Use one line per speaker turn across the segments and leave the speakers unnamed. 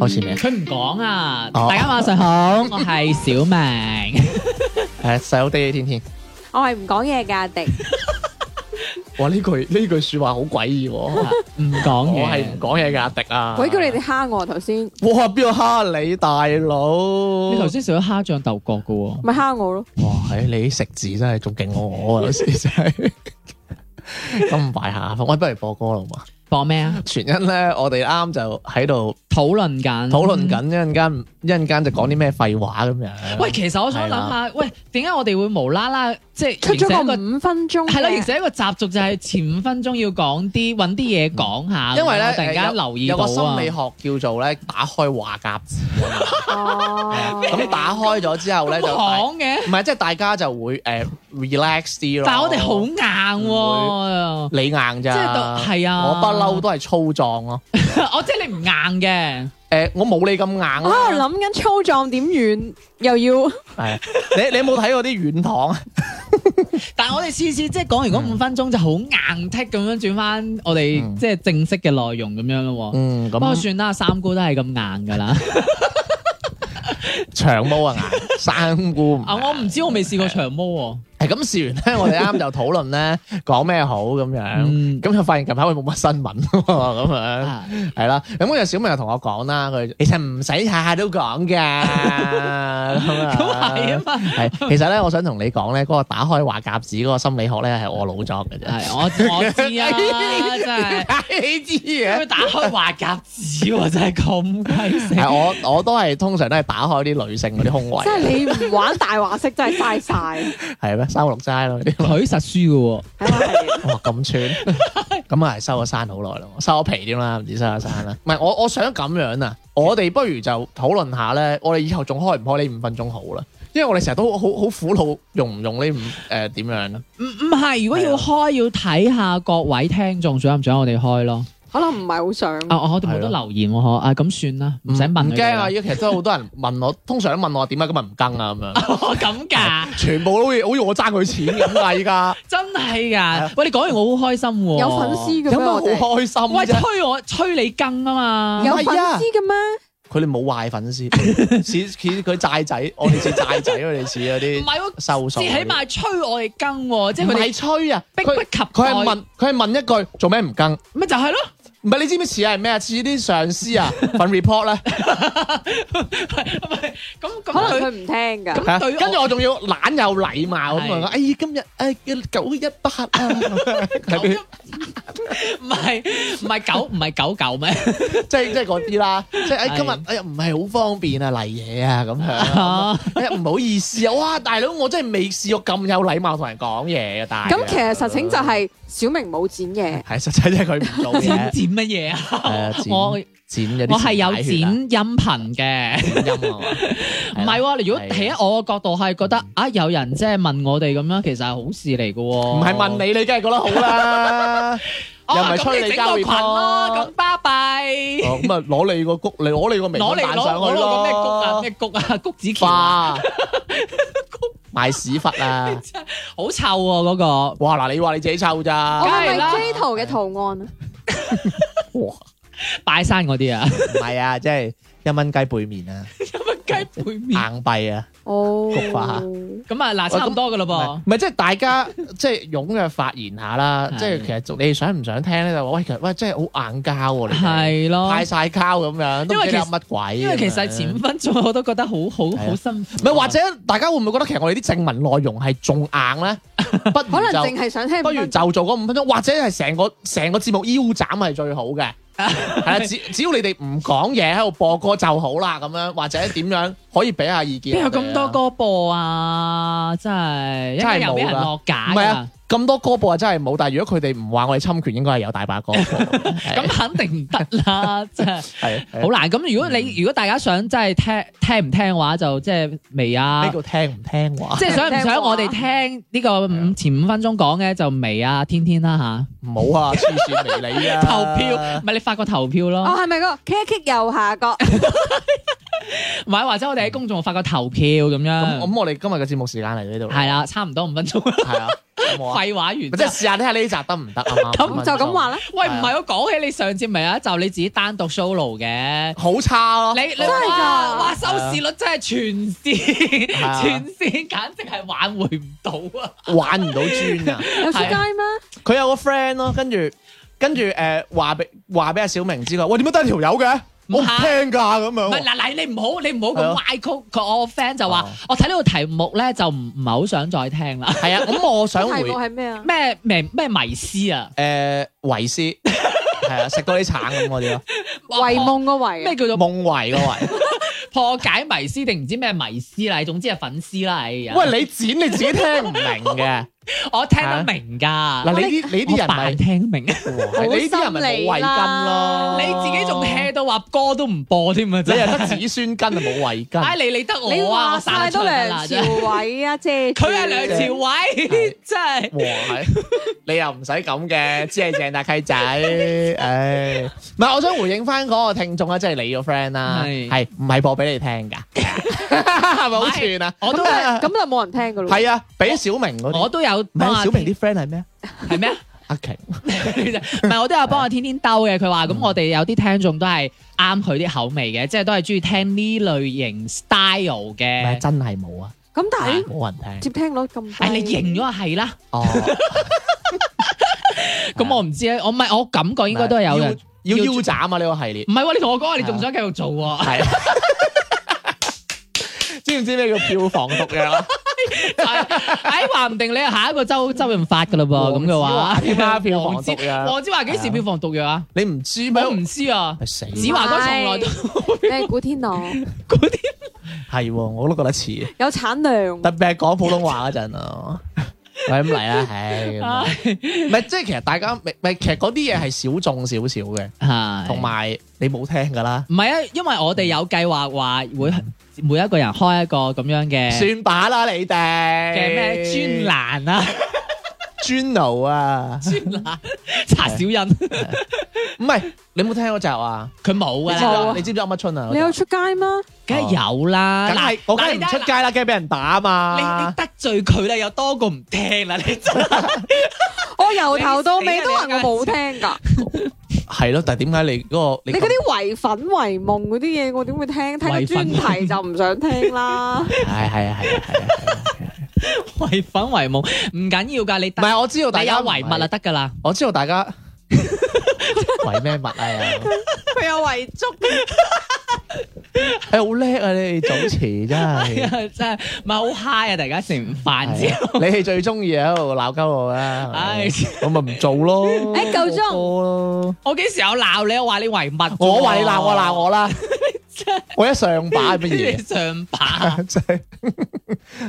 開始未？
佢唔講啊！
哦
大家晚上好，我係小明。
誒細佬爹天天，
我係唔講嘢㗎，迪。
哇！呢句呢句説話好詭異喎，
唔講
我係
嘢，
唔講嘢嘅阿迪啊！
鬼叫你哋蝦我頭先，
哇！邊個蝦你大佬？
你頭先食咗蝦醬豆角噶喎。
咪蝦我咯。
哇！係你啲食字真係仲勁過我啊！有 時真係咁唔敗下風。喂，不如播歌啦好嘛？
播咩啊？
全因咧，我哋啱就喺度
討論緊，
討論。緊，一陣間一陣間就講啲咩廢話咁樣。
喂，其實我想諗下，喂，點解我哋會無啦啦即係
出咗
形成一
個五分鐘嘅，
係啦，形成一個習俗就係前五分鐘要講啲揾啲嘢講下。
因為咧
我突然間留意
有
到
個心
啊
理，學叫做咧打開話匣子啊嘛。
哦，
咁打開咗之後咧就大
講嘅，
唔係，即係大家就會誒、呃 relax 啲咯。
但係我哋好硬喎。
你硬
即係
咋？
到係啊
我不嬲 都係粗壯咯。誒、
我即係你唔硬嘅，
我冇你咁硬
我喺
啊
咯。
度諗緊粗壯點遠，又要
係啊你你有冇睇過啲軟糖 啊？
但係我哋次次即係講完嗰五分鐘就好硬剔咁樣轉翻我哋
嗯
即係正式嘅內容咁樣咯喎。
嗯，
不過
咁
算啦，三姑都係咁硬㗎 啦。
長毛啊硬， 生菇唔
啊，我唔知我未試過長 毛喎。
係咁試完咧，我哋啱就討論咧講咩好咁樣。
嗯，
咁就發現近排會冇乜新聞喎， 咁樣
啊
係啦。咁嗰日小明就同我講啦，佢其實唔使下下都講嘅，咁
咁
啊
係啊嘛。
係，其實咧，我想同你講咧，嗰、個打開話匣子嗰個心理學咧，係我老作嘅啫。
係我我 知啊，真係。
你知
佢
嘅，
打開話夾子喎，真係咁鬼死。
係 我我都係通常都係打開啲女性嗰啲胸圍
即，係你唔玩大話式，真係嘥晒。
係咩？三六齋 咯嗰啲，
佢實輸嘅
係啊係
哇咁 串，咁啊係收咗山好耐咯，收咗皮添啦，唔止收咗山啦。唔係我我想咁樣啊，我哋不如就討論下咧，我哋以後仲開唔開呢五分鐘好啦，因為我哋成日都好好好苦惱用唔用呢五誒點樣啦。
唔唔係，如果
啊
要開要睇下各位聽眾想唔想我哋開咯。
可能唔係好想。
啊，我哋冇
嗯係
得
咯
留言喎，嗬。啊，咁算啦，唔使問。
唔驚啊！！依家其實都好多人問我，通常都問我點解今日唔更啊咁啊樣。
我咁㗎。
全部都好似好似我爭佢錢咁㗎，依家
真係噶！
啊
喂，你講完我好開心喎，
有粉絲嘅
有
咩？我
乜
哋
好開心
喂
啫？
催我催你更啊嘛，
有
唔
粉
係啊
絲嘅
佢
咩？
哋冇壞粉絲， 似似佢債仔，我哋似債仔，我哋似嗰
唔
啲
係喎，
收數
至
嗰啲。
起碼催我哋更喎，即係
唔
佢哋
係吹啊！
迫
佢
不及待
佢係問佢係問一句做咩唔更？
咪就係咯，
唔係你知唔知似係咩啊？似啲上司 啊份 report 咧，
咁咁
可能
佢
佢唔聽㗎。
咁對我
跟住我仲要懶有禮貌咁
係
啊！哎呀，今日哎呀九一八啊，
咁 唔係唔係狗唔係狗狗咩？
即係即係嗰啲啦，即係哎今日
係
哎呀唔係好方便啊嚟嘢啊咁樣。哎呀，唔好意思啊！哇，大佬，我真係未試過咁有禮貌同人講嘢嘅，大佬
咁其實實情就係小明冇剪嘢，
係實際即係佢唔做
剪
嘢，
剪乜嘢啊
誒？剪
我
剪咗啲
我係有剪
音
音頻嘅。
啊嗯
唔
嘛，啦
係喎，你如果
係
喺我嘅角度係覺得啊，有人即係問我哋咁樣，其實係好事嚟嘅喎。
唔
唔
係問你，你梗係覺得好啦。
哦，
又唔係
咁
催你
整
交
個群
report
咯，咁巴閉。
哦咁啊，攞你個谷，你攞你個名
攞嚟
彈
攞
上
攞
去
攞個咩谷啊
咯。
咩谷 啊谷子橋啊
花賣屎忽啊！
好臭喎嗰個，
哇嗱，你話你自己臭
我
咋？
係
梗係啦
咪 J 圖嘅圖案啊？
哇
拜山 嗰啲啊，
唔係啊，即係一蚊雞背面啊，
乜雞背面
硬幣啊！
哦，
菊花
咁啊嗱，
喂
差唔多噶啦噃，
唔係即係大家 即係踴躍發言下啦，
係
即係其實你哋想唔想聽咧？就話喂，其實喂真係好硬膠喎，你哋
係咯，
派晒膠咁樣，都唔知你
因為
噏
其
乜鬼。
因為其實前五分鐘我都覺得好好
係啊
好辛苦，
唔係或者大家會唔會覺得其實我哋啲正文內容係仲硬 咧？不如
可能淨
就
係想聽五
不如
分 鐘。
就做嗰五分鐘，或者係成個成個節目腰斬係最好嘅。係啦，只只要你哋唔講嘢喺度播歌就好啦，咁樣或者點樣可以俾下意見
邊
我哋
有
啊。
咁多歌播啊？真係，
真係
一係又俾
冇
人
㗎
落架
唔係
㗎
啊。咁多歌播啊，真係冇。但係如果佢哋唔話我哋侵權，應該 係有大把歌播。
咁
咁
肯定唔得啦，真係
係
好難。咁如果你如果大家想真係聽聽唔聽嘅話，就即係未啊
呢。個聽唔聽話？
即係想唔
聽唔聽
想
話
我哋聽呢個五前五分鐘講嘅就未啊，天天啦
唔 好啊，黐線嚟你啊！
吓，投票唔係你發個投票
哦，
咯，
係咪嗰個 kick kick 右下角？
唔係或者我哋喺公眾號發個投票咁
咁
樣，
咁，我哋今日嘅節目時間嚟呢度。
係啦，差唔多五分鐘，
係 啊，有冇啊
廢話完
咪即係
啫。
試下睇下呢集得唔得啊？ 啱唔啱
咁就咁話啦。
喂，唔係我講起你上次咪有一集你自己單獨 solo 嘅。
好差咯。
你你
真係㗎
哇哇收視率真係全線
係啊
全線，簡直係挽回唔到啊！
玩唔到磚 啊！
有出街咩？
佢有個 friend 咯，跟住跟住誒話俾話俾阿小明知佢，喂點解得條友嘅？我唔
唔係
聽㗎咁
唔係
樣。
嗱嗱，你唔好你唔好
係
咁
咯
歪曲。佢我 friend 就話
哦：
我睇呢個題目咧就唔唔係好想再聽啦。
係啊，咁我想
題
回
目係咩啊？
咩咩咩迷思啊？
誒維斯係啊，食多啲橙咁嗰啲咯，
遺夢個遺
咩
啊，
叫做
夢維個維。
破解迷思定唔知咩迷思啦？總之係粉絲啦。哎 呀，
喂，你剪你自己聽唔明 嘅
我聽得明㗎。
嗱，你啲你啲人
啊我
咪
扮聽得 明，你
哇你啲人咪冇慧根咯，
自己仲 hea 到話歌都唔播添啊！
你
真
又
係，
得子孫根就冇慧 根。
唉，你理得
你
我啊！
話
我散
晒
得出
都
去得
梁
啦
朝
真係
偉啊，遮住
佢係梁朝偉
係，
真係。
哇，係你又唔使咁嘅，只係鄭大契 仔，唉，唔係，我想回應翻嗰個聽眾啊，即係你個 friend 啦，
係
係唔係播俾你聽 㗎？係咪好串啊？
我
咁
都
就咁就冇人聽噶咯。
係啊，俾小明嗰啲，
我都有
唔係小明啲
啲
friend 係咩啊？
係咩？
阿瓊，
唔係，我都有幫我天天兜嘅。佢話咁，我哋有啲聽眾都係啱佢啲口味嘅，即係都係中意聽呢類型 style
唔係
嘅。
真係冇啊，
咁但係
冇人聽。
接聽率咁
哎，
低，
你認咗係啊啦，
哦，
咁我唔知啊咧，我唔係我感覺應該都係有人。
要
要啊
腰斬啊！呢個系列
唔係喎，你同我講話，你仲想繼續做喎？
係。知唔知咩叫票房毒 藥啊？
哎，話唔定你係下一個周 周潤發噶嘞噃，咁嘅話
黃子華添啊票房
黃子
毒藥
黃子華幾時票房毒藥啊？
你唔知咩
我？唔知啊，
咪死
子華哥從來都
你係古天樂
嗰啲
係喎，我都覺得似。
有產量
特。別係講普通話嗰陣啊，喂咁嚟 啦，唉，咁啊唔係即係其實大家咪咪其實嗰啲嘢係小眾少少嘅，
係
同埋你冇聽㗎啦，
唔係啊，因為我哋有計劃話會每一個人開一個咁樣嘅
算把啦你哋
嘅咩專欄啊，
專奴啊，
專欄查小欣，
唔係你有冇聽嗰集啊？
佢冇
你
噶
知唔知
冇
啦，
啊
啊
你知唔知乜春啊？
你有出街咩？
梗係有啦。
梗係我梗係唔出街啦，驚俾人打啊
嗱，你你
嘛。
得罪佢啦，有多過唔聽啦，你 真係
我由頭到尾都話我冇聽㗎。
係咯，但係點解你嗰個
你
你
嗰
咁
啲唯粉唯夢嗰啲嘢，我點會聽？聽
唯
個專
粉
題就唔想 聽啦。
係係啊係啊係啊係啊，
為粉為夢，唔緊要㗎，你
唔
得
係我知道大
你有
家
遺物啊，，得㗎啦。
我知道大家 為咩物啊又？
佢有遺足，
係好叻啊！你哋早前真係。
真係唔係好 high 啊！大家食完飯
係
之
啊
後，
你係最中意啊喺度鬧交我啦，
唉哎
我咪唔做咯。
誒夠鐘
播歌咯，
我幾時有鬧你？我話你遺物，
我話你鬧我鬧，我啦，我一上把係
你
乜
上把
嘢？真係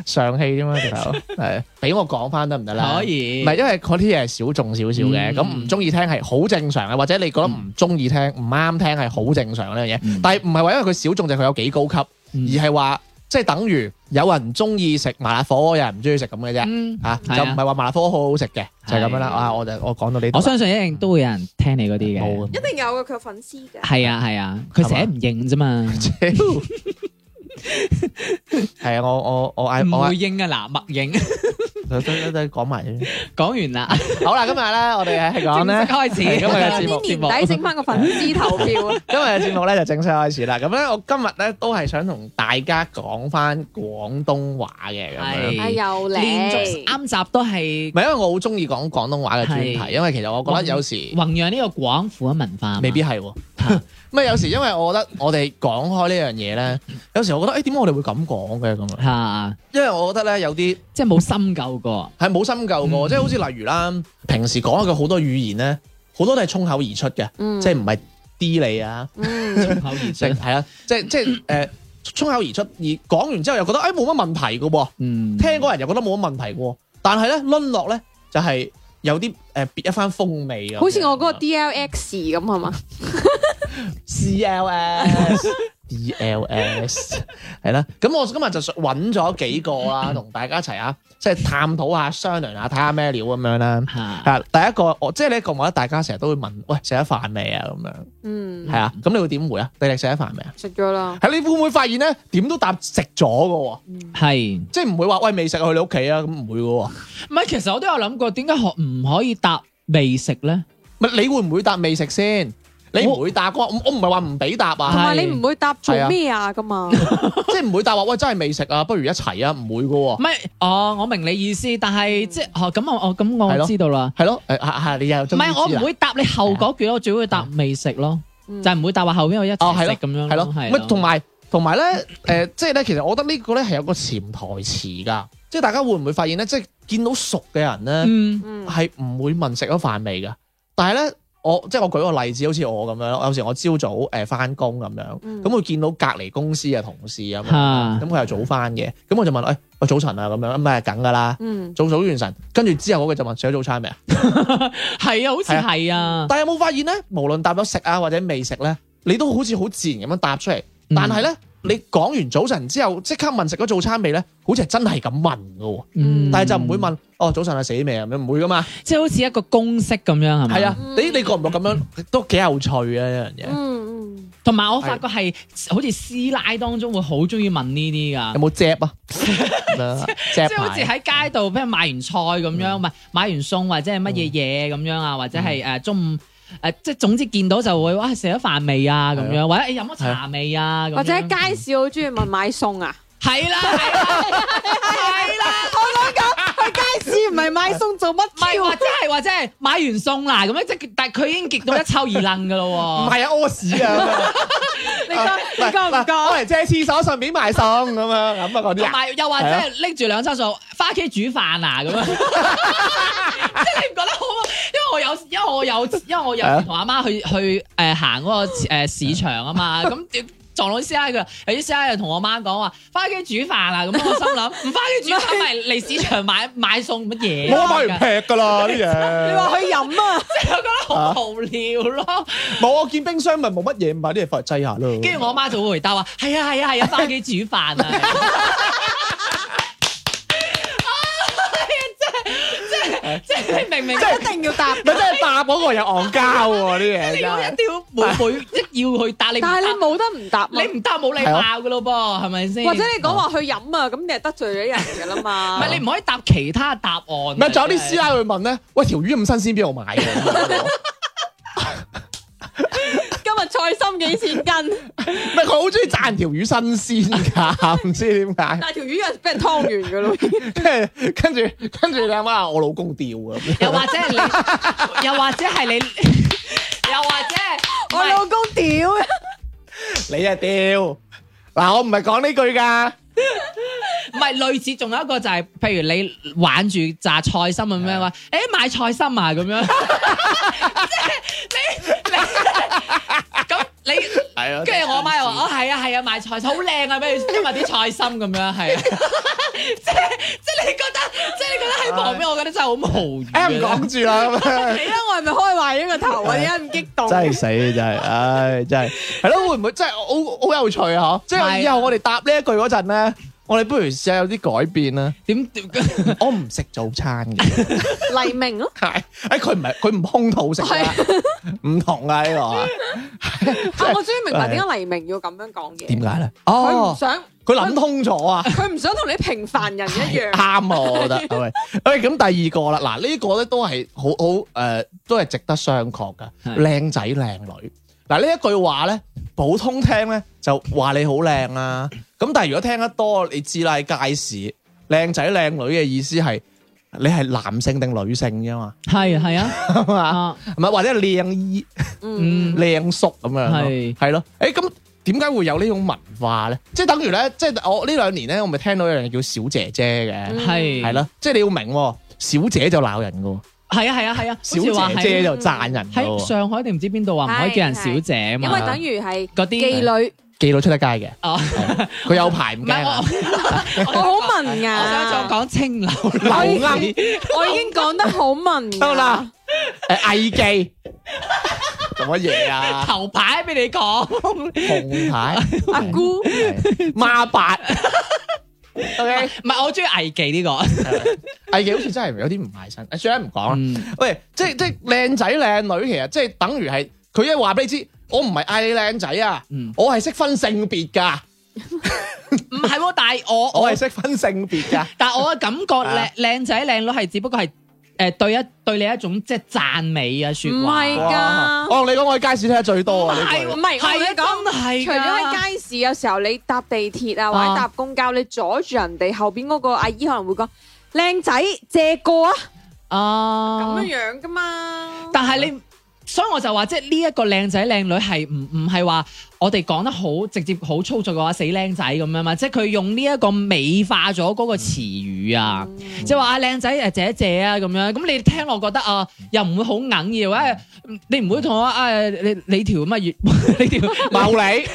上氣啫嘛，直頭係俾我講翻得唔得啦？
可。以，
唔係，因為嗰啲嘢係小眾少少嘅，
嗯
咁唔中意聽係好正常嘅，或者你覺得唔中意聽、唔啱聽係好正常呢樣嘢。
嗯
但係唔係話因為佢小眾就係佢有幾高級，
嗯
而係話即係等於有人中意食麻辣火鍋，有人唔中意食咁嘅啫。
嗯
啊，
係啊
就唔係話麻辣火鍋好好食嘅，就係咁樣啦。
係
啊，我就我講到呢度啦，
我相信一定都會有人聽你嗰啲嘅。
冇
一定有嘅，佢有粉絲嘅。
係啊係啊，佢寫唔認啫嘛，
嘅。 係啊，我我我嗌
唔
我
會
嗌
應啊嗱，默認
都都都講埋先。
講完啦，
好啦，今日咧我哋係講咧
正式。開始
係咁啊節目
今年年底整翻個粉絲投票 啊！
今日嘅節目咧就正式開始啦。咁咧，我今日咧都係想同大家講翻廣東話嘅咁樣。
係
哎，又
連
嚟
續三集都係
唔係因為我好中意講廣東話嘅專題，
係嗯
因為其實我覺得有時
弘揚呢個廣府嘅文化嘛，
未必係喎。咁啊，有時因為我覺得我哋講開呢樣嘢咧，有時我覺得誒哎點解我哋會咁講嘅咁樣？
嚇，
因為我覺得咧有啲
即係冇深究 過，
係冇深究過，即係好似例如啦，平時講嘅好多語言咧，好多都係衝口而出嘅，
嗯
即係唔係啲你啊，
嗯，
口而
即係
出，
係啊，即係即係誒衝口而出，而講完之後又覺得誒哎冇乜問題嘅喎，
嗯，
聽嗰人又覺得冇乜問題嘅喎，但係咧攆落咧就係有啲誒別一番風味嘅，
好似我嗰個
啊
DLX 咁係嘛？
CLS、DLS 係啦。咁我今日就揾咗幾個 啦，同大家一齊啊，即係探討下、商量下，睇下咩料咁樣啦。
嚇
啊，第一個我即係呢個，我覺得大家成日都會問，喂，食咗飯未啊？咁樣
嗯，
係啊，咁你會點回啊？你哋食咗飯未啊？
食咗啦，
係你會唔會發現咧，點都答食咗嘅喎，
係。
即係唔會話喂未食啊去你屋企啊，咁唔會嘅喎。
唔係，其實我都有諗過，點解學唔可以答未食咧？
咪你會唔會答未食先？你
我
唔會答我我唔係話唔俾答
同
啊，
埋你唔會答做咩啊噶嘛？
即係唔會答話喂真係未食啊，不如一齊啊，唔會嘅喎
唔。係，哦，我明你意思，但係即係，哦，咁我我咁
係
我
咯
知道啦。
係咯，誒係係你又終
唔
於
係，我
知啦啊
唔會答你後嗰句咯，我最會答未食咯，
嗯
就係唔會答話後邊我一
哦
齊
係
食
咯
咁樣。
係咯，
嗯
啊
係
咪同埋同埋咧誒，即係咧，其實我覺得呢個咧係有個潛台詞㗎，即係大家會唔會發現咧，即係見到熟嘅人咧
嗯
嗯，
係唔會問食咗飯未㗎，但係咧。我即係我舉個例子，好似我咁樣咯。有時我朝早誒翻工咁樣，
嗯
咁會見到隔離公司嘅同事啊咁樣，
嚇
咁佢又早翻嘅，咁我就問誒，喂早晨啊咁樣，咁咪梗㗎啦，
嗯，
早早完晨，跟住之後嗰個就問食咗早餐未啊？
係啊，好似係啊，
但係有冇發現咧？無論答咗食啊或者未食咧，你都好似好自然咁樣答出嚟。
嗯
但係咧，你講完早晨之後，即刻問食咗早餐未咧？好似係真係咁問嘅喎，
嗯
但係就唔會問哦早晨啊死未啊咁樣，唔會噶嘛。
即係好似一個公式咁樣係咪？
係啊，
嗯
你你覺唔覺咁樣都幾有趣啊呢樣嘢？
嗯嗯，
同埋我發覺係好似師奶當中會好中意問呢啲㗎
有。冇嚼 啊？嚼
即係好似
啊牌
喺街度，譬如買完菜咁樣，唔係、買完餸或者係乜嘢嘢咁樣啊，或者係誒中午誒，即係總之見到就會哇食咗飯未啊咁樣，或者誒飲咗茶未啊咁樣，
或者喺街市好中意問買餸啊？
係啦係啦係啦，
街市唔係買餸做乜
唔 係或者係或者係買完餸啦咁樣，即係但係佢已經極到一抽二楞㗎
唔
咯喎。
係啊屙屎 啊！
你覺你覺啊唔
我
覺？
嚟借廁所順便買餸咁樣咁啊嗰啲
同
啊。
埋又或者係拎住兩抽數翻屋企煮飯啊咁樣， 即係你唔覺得好？啊因為我有，因為我有，因為我
啊
有時同阿媽去去誒行嗰個誒市場啊嘛， 咁撞到師奶佢，有啲師奶就同我媽講話翻屋企煮飯啊，咁我心 諗唔翻屋企煮飯咪嚟市場買買餸乜嘢
冇
啊？
啊買完劈㗎 啦啲嘢。
你話去飲啊？
即係我覺得好無聊咯。
冇我見冰箱咪冇乜嘢，買啲嘢翻嚟擠下 咯。
跟住我媽就會回答話：係啊係啊係啊，翻屋企煮飯啊！ 啊真係真係真係你明明
即係
一定要答。
咪真係答嗰個又戇交喎啲嘢
你
真
要
係
一。定要每 每一要去答你唔答，
但係你冇得唔答啊，
你唔答冇禮貌噶咯噃，係咪先？
或者你講話去飲啊，咁你係得罪咗人㗎啦
唔
嘛。
係你唔可以答其他答案㗎。
唔係，仲有啲師
真
啊
係
奶會問咧，喂條魚咁新鮮，邊度買嘅？
今日菜心幾錢斤？
唔係佢好中意讚條魚新鮮㗎，唔 知點解。
但係條魚又俾人劏完㗎咯。
跟住跟住跟住你阿媽話我老公掉啊！
又或者係你，又或者係 你，又或者係唔
我
係
老公屌啊！
你啊掉嗱，我唔係講呢句㗎，
唔係類似，仲有一個就係，譬如你玩住炸菜心咁樣話，誒買菜心啊咁樣，即係你你咁 你。
係啊
跟住我媽又話：哦，係啊，係啊，賣菜好靚啊，俾你今日啲菜心咁樣，係啊，即係即係你覺得，即係你覺得喺旁邊，我覺得真係好無語。啊
哎誒唔講住啦咁樣。
你啦，我係咪開壞咗個頭啊？點解咁激動？
真係死真係，唉真係，係咯會唔會真係好好有趣啊？嗬！即係以後我哋答呢一句嗰陣咧，我哋不如試下有啲改變啊啦。
點點
我唔食早餐嘅，
黎明咯，
係，誒佢唔係佢唔空肚食㗎唔同啊呢個 啊，
啊，我終於明白點解黎明要咁樣講嘢。
點解咧？
佢唔
哦，
想，
佢諗通咗啊！
佢唔想同你平凡人一樣。
啱啊，我覺得 係咪？喂，咁第二個啦，嗱呢個咧都係好好誒，都係值得商榷噶，
係
靚仔靚女。嗱呢一句話咧，普通聽咧就話你好靚啦，咁但係如果聽得多，你知啦，喺街市靚仔靚女嘅意思係你係男性定女性啫嘛，
係係啊
係嘛？
啊
係咪？或者靚姨、
嗯
靚叔咁樣咯，
係
係咯？誒咁點解會有呢種文化咧？即係等於咧，即係我呢兩年咧，我咪聽到一樣嘢叫小姐姐嘅。
嗯
係
係啦，即係你要明喎，小姐就鬧人噶，
係啊係啊係啊，
小
好似話
姐姐哦
喺
就讚人㗎
喺
喎
上海定唔知邊度話唔可以叫人小姐啊嘛？
因為等於係
嗰
妓
啲
女，
記到出得街嘅，
哦，
佢有牌唔
唔
驚
係
啊。
我
我好文
我想再
雅，
講青樓
流鵪
我已經講得好文雅
得啦，誒藝妓做乜嘢啊？
頭牌俾你講。
紅 牌、
阿姑
孖八，OK，
唔係，我中意藝妓呢個。
藝妓好似真係有啲唔賣身。誒算啦，唔講啦。
嗯，
喂，即即靚仔靚女，其實即係等於係佢一話俾你知，我唔係嗌你靚仔啊，
嗯哦
我係識分性別㗎，
唔係喎，但係我
我係識分性別㗎。
但係我嘅感覺
啊
靚靚仔靚女係只不過係誒對一對你一種即係讚美啊
唔
説話。
係
哇
㗎
我。同你講，我喺街市聽得最多啊！呢句
係喎
唔係我同你
係
講
真係㗎，啊
除咗喺街市有時候你搭地鐵啊或者搭公交，你阻住人哋後邊嗰個阿姨可能會講靚仔借過啊
啊
咁樣樣噶嘛。
但係你，所以我就話，即係呢一個靚仔靚女係唔唔係話我哋講得好直接好粗俗嘅話死靚仔咁樣嘛？即係佢用呢一個美化咗嗰個詞語啊，
嗯
即係話啊靚仔誒姐姐啊咁樣，咁你聽落覺得啊又唔會好硬要啊，你唔會同我啊你你條乜月 你條
茂 利、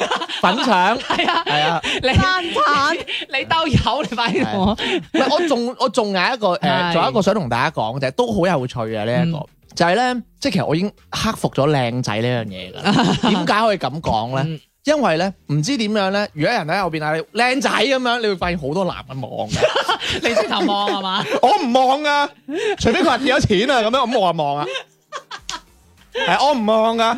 粉腸
係啊
係啊。
你
單攤
你兜友你快啲同我
唔係，我仲我仲有一個誒，
係嗯
仲有一個想同大家講嘅，都好有趣嘅呢一個，就係咧，即係其實我已經克服咗靚仔呢樣嘢㗎 啦。點解可以咁講咧
嗯？
因為咧，唔知點樣咧，如果有人喺後邊嗌你靚仔咁樣，你會發現好多男人望嘅。
你轉頭望係嘛？
我唔望噶，除非佢話跌咗錢啊咁樣，咁我話望 啊。係我唔望噶，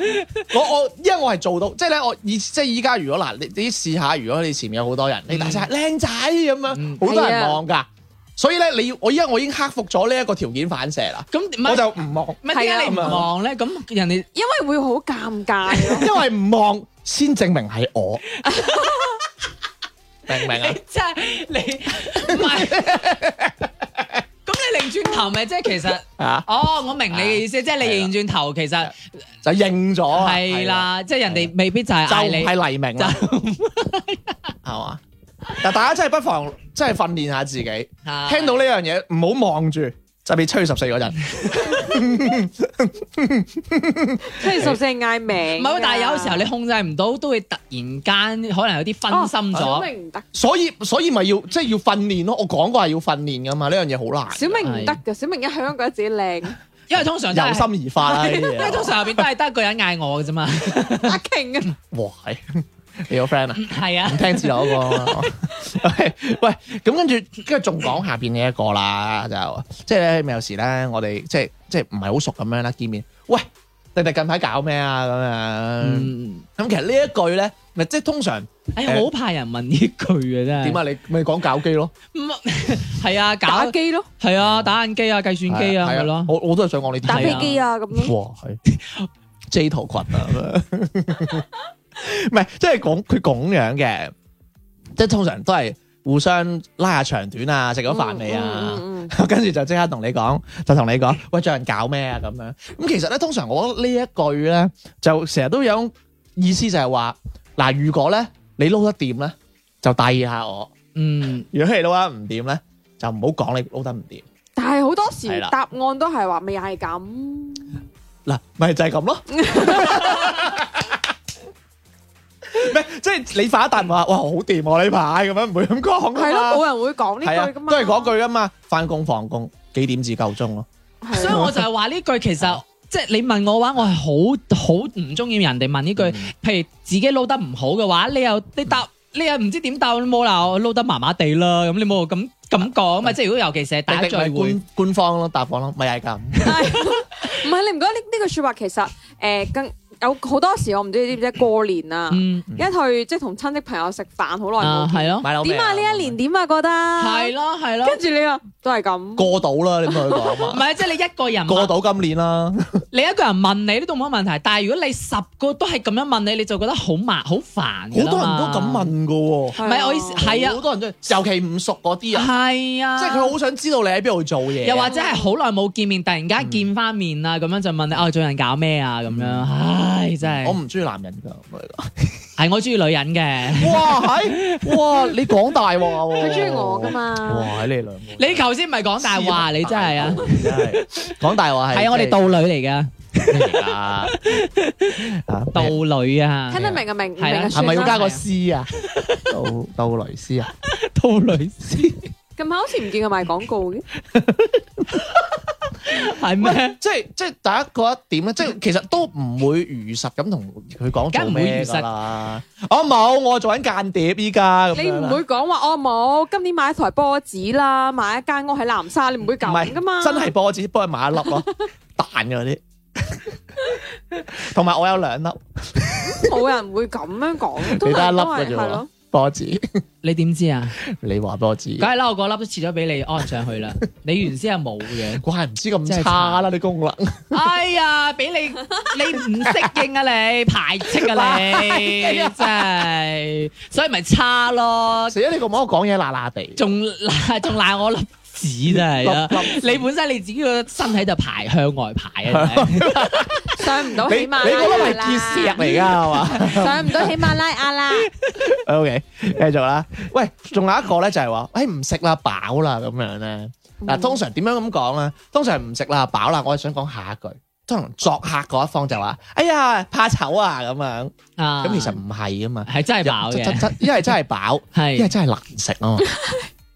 我我因為我係做到，即係咧我以即係依家如果嗱，你你試下，如果你前面有好多人，你大聲喊靚仔咁
嗯
樣，好多人望噶。所以咧，你要我依家我已經克服咗呢一個條件反射啦，
咁唔
我
係
就啊唔望，
唔係點解你唔望咧？咁人哋
因為會好尷尬咯。
因為唔望先證明係 我，明唔明啊？
即係你唔係。咁你擰轉頭咪即係其實，
啊，
哦，我明你嘅意思，即係你擰轉頭其實
就認咗啊
係，啦，即係人哋未必就係
就
嗌
唔
你，
係黎明啊啦，係嘛？嗱，大家真係不妨真係訓練下自己。 聽到呢樣嘢唔好望住，就俾吹十四嗰陣。
七月十四嗌名㗎，
唔係，但係有時候你控制唔到，都會突然間可能有啲分心
小
咗。
明唔得，
所以所以咪要即係要訓練咯。我講過係要訓練噶嘛，呢樣嘢好難，
小明唔得㗎。小明一向覺得自己靚，
因為通常都
由
係，
心而哎發啦呢
因為通
啲嘢。
常入邊都係得一個人嗌我嘅啫嘛。
阿瓊啊，
哇，係你有 friend 啊？
係啊
唔，聽字嗰個。 喂喂，咁跟住跟住仲講下邊嘅一個啦，就即係咧，咪有時咧，我哋即係即係唔係好熟咁樣啦，見面，喂，你哋近排搞咩啊？咁樣
嗯，
咁其實呢一句咧，咪即係通常
哎呀，我好怕人問呢句嘅真係。
點啊？你咪講搞基咯。
唔係啊，
打
搞
機咯，
係啊，打印機啊，計算機啊，
係
咪咯。
我我都係想講呢啲。
打
飛
飛
機
機啊咁咯。
哇，係 J 圖群啊，咁樣 唔係，即係講佢咁樣嘅，即係通常都係互相拉下長短啊，食咗飯未啊？
嗯？嗯嗯嗯
跟住就即刻同你講，就同你講，喂，最近搞咩啊？咁樣咁其實咧，通常我覺得呢一句咧，就成日都有意思就係話，嗱，如果咧你撈得掂咧，就遞下我；
嗯，
如果你撈得唔掂咧，就唔好講你撈得唔掂。
但係好多時
係啦
答案都係話未係咁，
嗱，咪就係 咁咯。咩？即係你發一啖話，哇，好掂喎呢排咁樣，唔會咁講
係
㗎嘛
咯，冇人會講
係
呢
啊
句噶嘛，
都係嗰句噶嘛。翻工放工幾點至夠鐘咯？
係啊，
所以我就係話呢句其實。 即係你問我嘅話，我係好好唔中意人哋問呢句。
嗯
譬如自己撈得唔好嘅話，你又你答你又唔知點答，你冇鬧我撈得麻麻地啦。咁你冇咁咁
啊
講嘛？即係如果尤其是係大家聚
咪
會，
官官方咯，答案咯，咪係咁。
但係唔係你唔覺得呢呢句説話其實誒更有好多時我唔知你知唔知過年啊，
嗯
一去即係同親戚朋友食飯好耐
啊
冇見，
係咯，
買樓
點啊呢一年點啊覺得
係
係，
咯係咯，
跟住你話都係咁，
過到啦，你咪去講
唔
嘛。
係即係你一個人
過
問
到今年啦，
你一個人問你都冇乜問題，但係如果你十個都係咁樣問你，你就覺得好麻好煩
好
㗎啦
多
嘛
人都咁。問噶喎。
唔
唔係我意思係啊
好多人都，尤其唔熟嗰啲啊，
係啊，
即係佢好想知道你喺邊度做嘢。
又或者係好耐冇見面，突然間見翻面啊，咁樣就問你啊最近搞咩啊咁樣，唉真係
我唔中意男人㗎，我嚟講
係我中意女人 嘅。
哇，係哇，你講大話喎！
佢中意我噶？嘛？
哇，你哋兩個
你頭先唔係講大話，你真係啊！，
真係講大話係
係啊，我哋道女嚟㗎，
嚟 啊！
道
道
女啊，
聽得明啊，明唔明
係啦
啊？
係咪
算
要
啦
加個 C 啊？杜杜蕾斯啊？
道女
近排好似唔見佢賣廣告嘅，
係咩？
即係即係大家嗰一點咧，即係其實都唔會如實咁同佢講做咩㗎啦。我冇，我做緊間諜依家 咁樣啦
你唔會講話我冇，今年買一台波子啦，買一間屋喺南沙，你唔會
唔
咁噶嘛？
真係波子，幫佢買一粒 咯，彈嘅嗰啲。同埋我有兩粒
冇人會咁樣 講，都
你得一粒嘅啫
係都係係咯
喎。，波子，
你點知啊？
你話波子，
梗係啦，我個粒都切咗俾你安上去啦。 你原先係冇嘅。
怪唔知咁差啦啲功能。
哎呀，俾你你唔適應啊你，排斥啊 你，真係，所以咪差咯，
死啦！啊你個網講嘢嗱嗱地，
仲賴仲賴我粒子真係啊！
粒粒
你本身你自己個身體就排向外排啊，真 係
上唔到
你
喜
你
馬
嗰粒
拉
係
雅
結石
啦，
嚟㗎係 嘛？
上唔到喜馬拉雅啦。
O K，繼續啦。喂，仲有一個咧就係話，誒唔食啦，飽啦咁樣咧。
嗯
嗱，通常點樣咁講咧？通常唔食啦，飽啦。我係想講下一句，通常作客嗰一方就話：哎呀，怕醜啊咁樣。
啊，
咁其實唔係啊嘛，
係真係飽
真
嘅，
真一係真係飽，一係
係
真係難食啊嘛。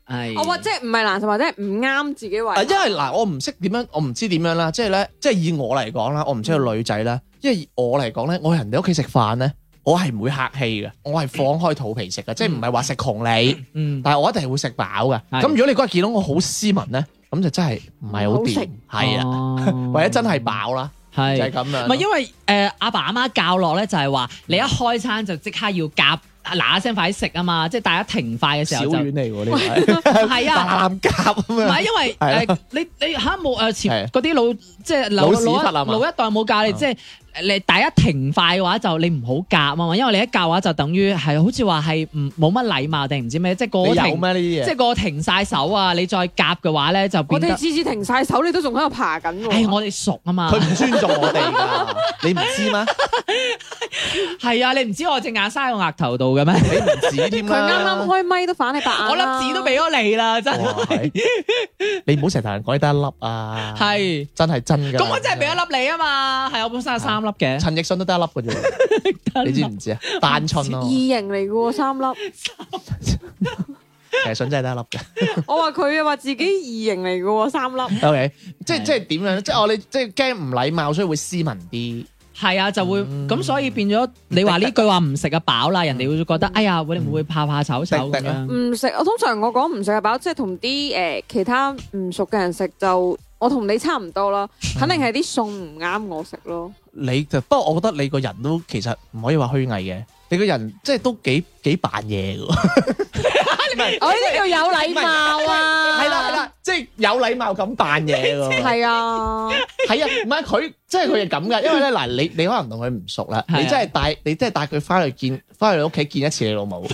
係，
我話即係唔係難受，或者係唔啱自己位
啊，。因為嗱，我唔識點樣，我唔知點樣啦。即係咧，即係以我嚟講啦，我唔知道
嗯
女仔啦，因為以我嚟講咧，我去人哋屋企食飯咧，我係唔會客氣嘅，我係放開肚皮食嘅，即係唔係話食窮你。
嗯，
但係我一定係會食飽嘅。
係
咁如果你嗰日見到我好斯文咧，咁就真係唔係好掂，係啊，
啊
或者真係飽啦，就
係
係咁樣
唔
咯。
係因為誒阿爸阿媽教落咧，就係話你一開餐就即刻要夾嗱嗱聲快啲食啊嘛，即係大家停快嘅時
小
候就
丸嚟喎呢 個，
係啊。
啖夾 咁
唔係
樣。
因為
係啊
誒你你嚇冇誒前
係啊
嗰啲老即係老
老屎忽啊
老一
嘛
老一代冇教你，
嗯
即係你大家停快嘅話就你唔好夾啊嘛，因為你一夾嘅話就等於係好似話係唔冇乜禮貌定唔知咩，即係個
你
個
有
停
咩呢啲
即
嘢？
係個個停晒手啊，你再夾嘅話咧就
我
變
哋
得
次次停晒手，你都仲喺度爬緊
唉
喎。
我哋熟啊嘛
佢，唔尊重我哋㗎，你唔知咩？
係啊，你唔知我隻眼生喺我額頭度 嘅咩？
你唔知添
佢
啦。
啱啱開咪都反你白眼啦。
我粒紙都俾咗你啦，真
哇
係。
係你唔好成日同人講呢得一粒啊，
係
真係真㗎。
咁我真係俾一。粒你啊嘛，係我本身有三粒嘅，
陳奕迅都得一粒嘅啫喎，你知唔知啊？單春咯，
異形嚟嘅喎，三粒。
陳奕迅真係得一粒嘅。
我話佢啊，話自己異形嚟嘅喎，三粒。
O K，即係
係
即係點樣咧？即係我哋即係驚唔禮貌，所以會斯文啲。
係啊，就會
嗯
咁，所以變咗你話呢句話唔食啊飽啦，人哋會覺得哎呀，會唔會怕怕醜醜咁
滴滴啊
樣？
唔食，我通常我講唔食嘅飽，即係同啲誒其他唔熟嘅人食就，我同你差唔多啦，肯定係啲餸唔啱我食 咯。
你就不過我覺得你個人都其實唔可以話虛偽嘅，你個人即係都幾幾扮嘢嘅喎。
我哦呢啲叫有禮貌啊！
係啦係，啦，即係有禮貌咁扮嘢嘅 喎。
係啊，
係啊，唔係佢即係佢係 咁噶，因為咧嗱，你你可能同佢唔熟啦，
係啊
你真係帶你真係帶佢翻去見翻去屋企見一次你老 母，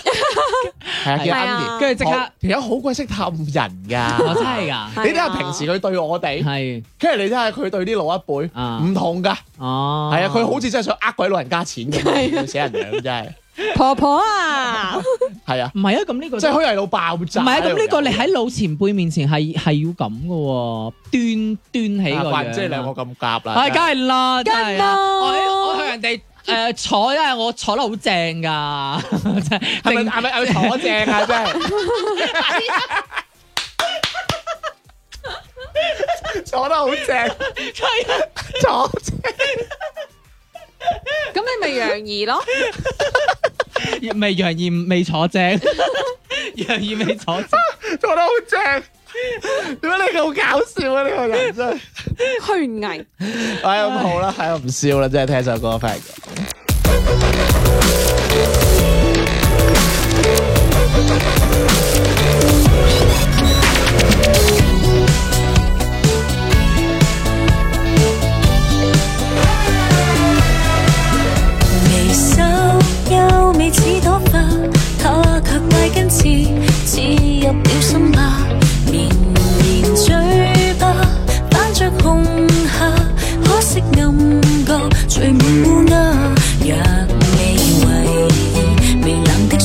係啊，見
係
Andy，
啊
跟住即刻
好，條友好鬼識氹人
我
㗎。
哦
啊
真係㗎，
你睇下平時佢對我哋，
係
跟住你睇下佢對啲老一輩
啊
唔同㗎。
哦，
係啊，佢好似真係想呃鬼老人家錢咁啊，要死人樣真係。
婆婆啊，
係啊，
唔係啊？咁呢個
即係虛偽到爆
唔
炸。
係啊？咁呢個你
條友
喺老前輩面前係係要咁嘅喎，
啊
端端
怪唔
起
知你
個樣
兩
啊。
個咁夾啦。
係，梗係啦，真係啊
梗啦
我喺我向人哋誒坐，因為我坐得好正㗎， 真
係
係
咪
定
係咪係咪坐正 啊？真係 坐得好正，坐正。
咁你咪楊怡咯，
未楊怡未 坐正，楊怡未坐正，
做得好正，點解你咁搞笑啊？呢個人真係，
虛偽。
哎咁好啦，係我唔笑啦，真係聽首歌翻嚟。
微笑優美似朵花，它卻帶根刺刺入了心吧。綿綿嘴巴反着紅霞，可惜暗角聚滿烏鴉，若你為意。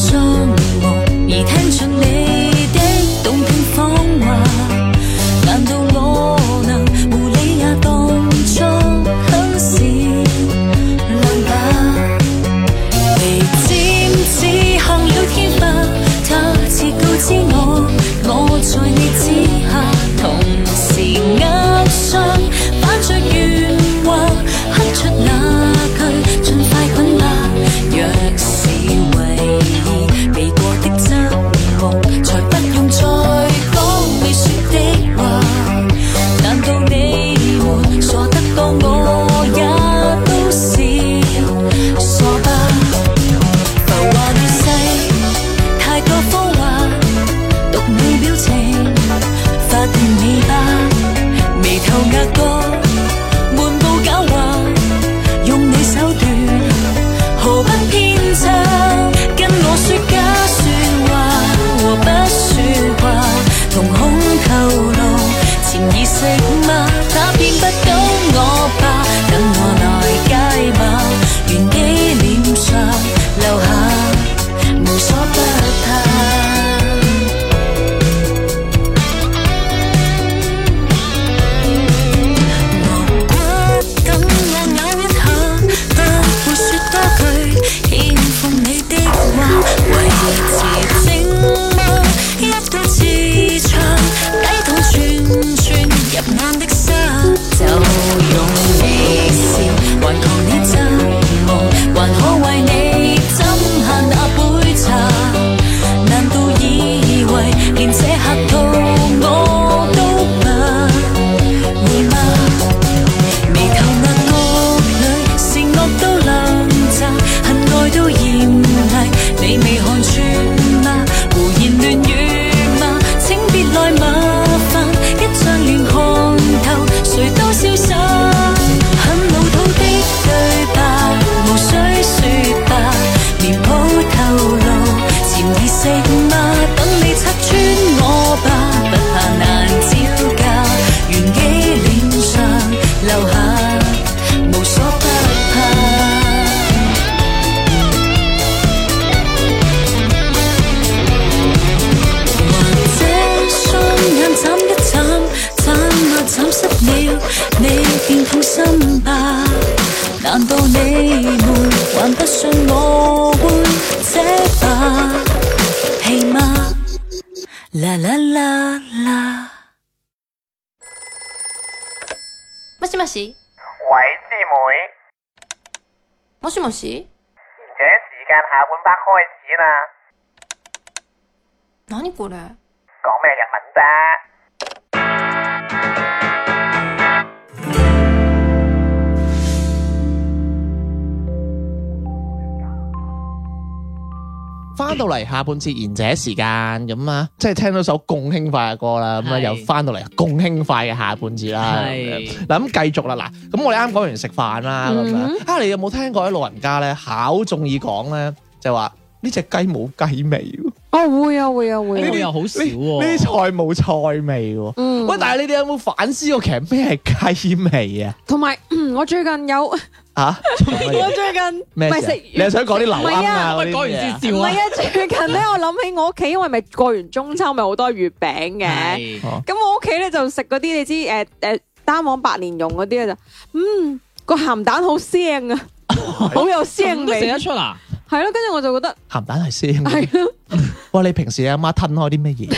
惨失了，你便痛心吧。難道你們還不信我會這把戲嗎？啦啦啦啦。
もしもし
喂，師妹，
もしもし
而且時間下半 part 開始啦，
何これ
講咩日文啫？
翻到嚟下半節賢者時間咁啊，即係聽到首共興快嘅歌啦，咁啊
係
又翻到嚟共興快嘅下半節啦。嗱
係
咁繼續啦，嗱咁我哋啱講完食飯啦，咁
嗯
樣啊，你有冇聽過啲老人家咧考中意講咧，就話呢只雞冇雞味喎，
哦，會啊，會啊，會
呢
啊
個。又好少
呢
喎，
呢啲菜冇菜味喎。
嗯，
喂，但係你哋有冇反思過其實咩係雞味啊？
同埋嗯我最近有，唔
嚇？
我最近
咩事
唔係
啊？
食
你係想講啲流
唔
鵪
係
啊
啊
嗰啲
喂講完
嘢啊
先笑啊
係！啊，最近咧我諗起我屋企，因為咪過完中秋咪好多月餅嘅，
係啊
咁我屋企咧就食嗰啲你知誒誒單黃白蓮蓉嗰啲咧就，嗯個鹹蛋好腥 啊，好有
咁
腥
都食
味
得，出啊！
係咯，跟住我就覺得
鹹蛋係鮮嘅。
係咯，
哇！你平時阿媽吞開啲咩嘢？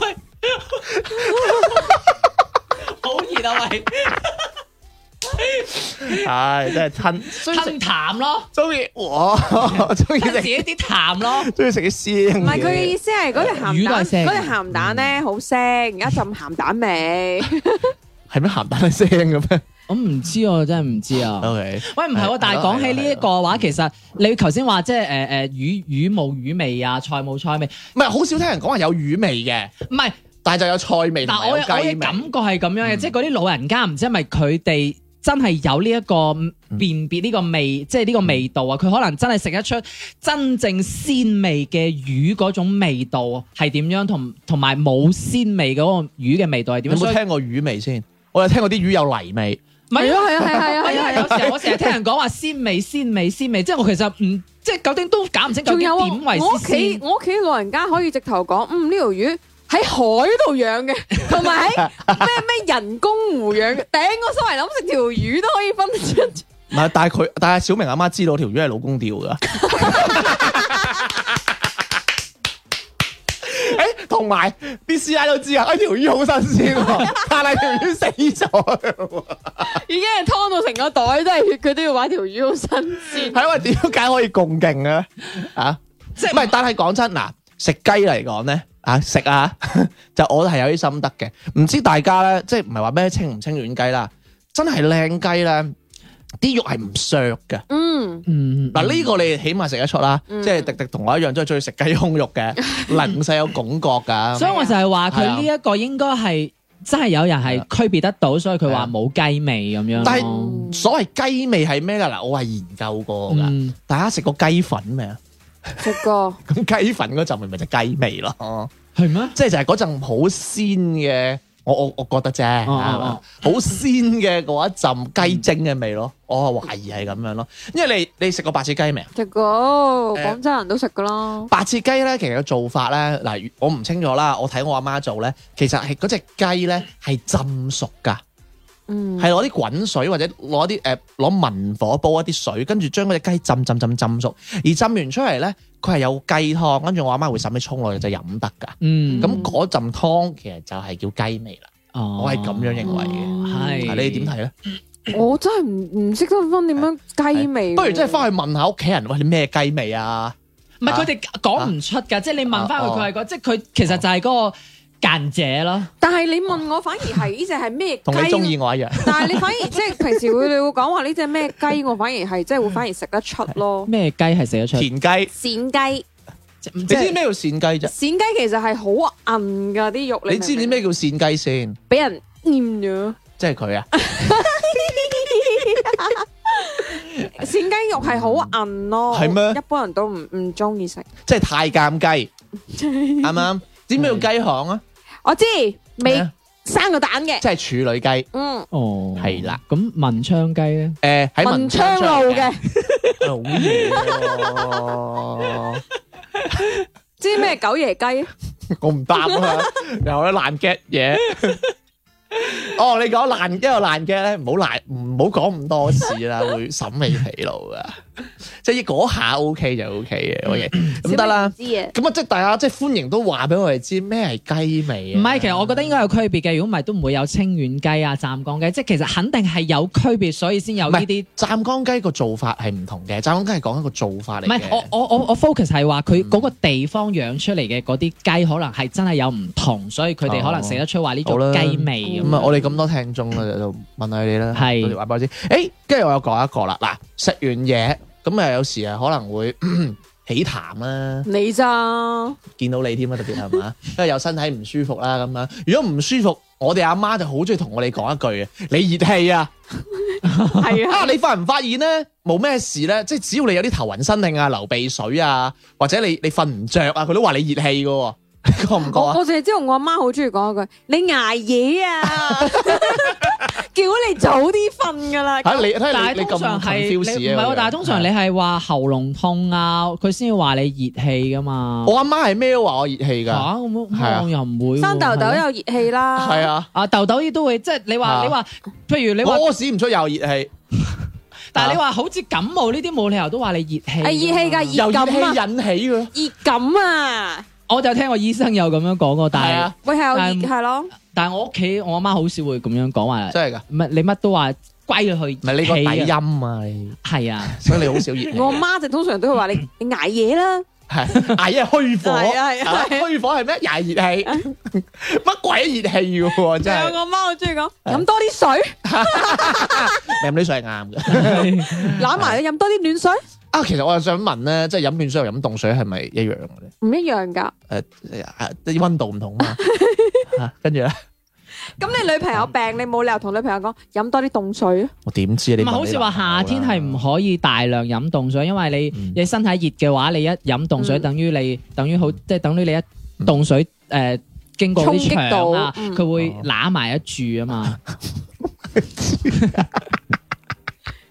喂， 好熱啊！喂，
唉，真係吞
吞淡咯，
中意我中意
吞自
食
己啲淡咯。
中意食啲鮮
唔係佢嘅
嘅。
意思係嗰隻鹹
魚都係
蛋，
腥嘅
嗰隻鹹蛋咧好腥，而家浸鹹蛋味，
係咩鹹蛋係腥嘅咩
我唔知啊，真係唔知啊。
？OK，
喂，唔係
係
喎，但係
係咯
講起呢一個嘅話，其實你頭先話即係誒誒魚魚冇魚味啊，菜冇菜味，
唔係好少聽人講話有魚味嘅，
唔係。
但係就有菜味同
但
埋
我
有
嘅我
雞
嘅感
味。
覺係咁樣
嗯
嘅，即係嗰啲老人家唔知係咪佢哋真係有呢一
嗯
個辨別呢個味，即係呢個味道啊！佢可能真係食得出真正鮮味嘅魚嗰種味道啊係點樣，同同埋冇鮮味嗰個魚嘅味道係
你
點
有
樣。所
冇
以
聽過魚味先？我有聽過啲魚有泥味，
唔 係
係咯係啊係啊係
係
啊係
啊！
啊，
有 時候我成日聽人講話鮮味、鮮味、鮮味，即係我其實唔即係究竟都搞唔清究
仲
竟
有啊
點為之
我屋企
鮮。
我屋企老人家可以直頭講，嗯呢條魚。喺海度養嘅，同埋喺咩咩人工湖養嘅，頂我周圍諗食條魚都可以分得出。
唔係，但係佢但係小明阿媽知道條魚係老公釣㗎。誒，同埋啲師奶都知啊，哎條魚好新鮮喎，但係條魚死咗。
已經係劏到成個袋都係血，佢都要玩條魚好新鮮。
係因為點解可以共勁咧？啊，即係唔係？但係講真嗱，食雞嚟講咧，啊食啊， 就我係有啲心得嘅。唔知大家咧，即係唔係話咩清唔清軟雞啦？真係靚雞咧，啲肉係唔削嘅。
嗯，
嗯
嗱呢個你起碼食得出啦，
嗯
即係迪迪同我一樣都係中意食雞胸肉 嘅，零舍有拱角㗎。
所以我就係話佢
係啊啊
呢一個應該係真係有人係區別得到，所以佢話冇雞味咁樣咯。
但係所謂雞味係咩㗎？嗱，我係研究過㗎。
嗯
大家食過雞粉未啊？
食過
咁雞粉嗰陣咪咪就雞味
哦
咯。
係咩？
即係就係嗰陣好鮮嘅，我我我覺得啫，係
哦
嘛好鮮嘅嗰一陣雞精嘅味咯，我係懷疑係咁樣咯，因為你你食過白切雞未啊？
食過，哦
誒
廣州人都食噶啦。
白切雞咧，其實個做法咧，嗱，我唔清楚啦，我睇我阿媽做咧，其實係嗰只雞咧係浸熟㗎，
嗯，
係攞啲滾水或者攞啲誒攞文火煲一啲水，跟住將嗰只雞浸浸浸浸熟，而浸完出嚟咧，佢係有雞湯，跟住我阿媽會滲啲葱落去就飲得㗎，
嗯
咁嗰陣湯其實就係叫雞味啦。我係咁樣認為嘅，
哦
哦
係
啊係你點睇咧？
我真係唔唔識得分點樣雞味喎。
不如真係翻去問下屋企人，喂，你咩雞味啊？
唔係佢哋講唔出㗎，即係你問翻
啊
佢，
哦
佢係個即係佢其實就係嗰個間者咯。
但係你問我，反而係呢只係咩雞？
同你中意。我一樣。
但係你反 而即係平時會你會講話呢只咩雞，我反而係即係會反而食得出咯。
咩雞係食得出？
田雞，
鳝雞，
你
你
知唔知咩叫鳝雞啫？
鳝雞其實係好韌㗎啲肉。
你知唔知
明明
咩叫鳝雞先？
俾人黏咗？
即係佢啊！
鳝雞肉係好韌咯，
係咩
一般人都唔唔中意食。
即係太監 雞，啱唔啱？知唔知叫雞行啊？
我知
咩
未
啊
生個蛋嘅，
即係處女雞。
嗯，
哦，
係啦。
咁文昌雞咧？
誒喺
文昌
出
路
嚟
嘅，
嘅，好嘢喎
知咩九爺雞？
我唔答啊，又有爛 get 嘢。哦，你講爛 get 又爛 get 咧，唔好爛，唔好講咁多次啦，會審美疲勞噶。即係嗰下 OK 就 OK 嘅，OK 咁得啦。
知嘢。
咁啊，即係大家即係歡迎都話俾我哋知咩係雞味啊。
唔係，其實我覺得應該有區別嘅，如果唔係都唔會有清遠雞啊、湛江雞，即係其實肯定係有區別，所以先有呢啲。
湛江雞個做法係唔同嘅，湛江雞係講一個做法嚟
唔係
嘅。，嗯
我我我我 focus 係話佢嗰個地方養出嚟嘅嗰啲雞，可能係真係有唔同，所以佢哋可能食得出話呢
哦好啦
種雞味
咁啊，
咁。
我哋咁多聽眾啦，就問下你啦，
嗯係
到時話俾我知。誒，跟住我又講一個啦，嗱，食完嘢咁啊，有時啊可能會 起痰啦。
你咋？
見到你添啊，特別係 嘛？因為有身體唔舒服啦咁樣。如果唔舒服，我哋阿媽就好中意同我哋講一句嘅：你熱氣 啊！
係啊
啊，，你發唔發現咧？冇咩事咧，即係只要你有啲頭暈身興啊、流鼻水啊，或者你你瞓唔着啊，佢都話你熱氣嘅喎， 覺唔覺
我
啊？
我淨係知道我阿媽好中意講一句：你捱夜 啊，叫你早啲瞓噶啦。
嚇你睇下
但
你
係
你
通常
咁
係你
confuse 啊
唔係喎，但係通常你係話喉嚨痛啊，佢先會話你熱氣噶嘛。
我阿媽係咩都話我熱氣㗎？
嚇咁樣
係啊
咁我又唔會喎。
生痘痘
係咯
有熱氣啦，
係，啊，
啊痘痘亦都會，即係你
啊
話你話，譬如你
我
話，
屙屎唔出又熱氣，
但係你話好似感冒呢啲冇理由都話你熱氣。
係熱氣㗎，
由
熱
熱氣
感啊，
引起嘅，
熱感啊，
我就聽過醫生有咁樣講過，但
係
係
啊，
喂係有
但
熱係咯，
但係我屋企我阿媽好少會咁樣講話，
真係㗎。
唔係你乜都話歸佢
唔係你個
熱
底
氣啊，
音啊，你
係啊，
所以你好少熱氣。
我阿媽就通常都 會話你你捱夜啦，
系捱夜虛火，
係啊係啊
啊
係啊
虛火係咩？又係熱氣，乜鬼熱氣喎？
仲
真
有
係
我阿媽好中意講飲多啲水，
飲啲水係啱嘅。
攬埋你飲多啲暖水，
啊，其實我又想問咧，即係飲暖水同飲凍水係咪一樣嘅咧？
唔一樣㗎。
誒啊啲温度唔同嘛。啊跟住咧，
咁你女朋友病，你冇理由同女朋友講飲多啲凍水啊，
我點知
唔
你問你
係好似話夏天係唔可以大量飲凍水，因為
嗯
你你身體熱嘅話，你一飲凍水，
嗯
等於你等於好即係等於你一凍水誒經過啲
衝擊
腸啊，
到嗯
佢會
哦
揦埋一住 啊嘛。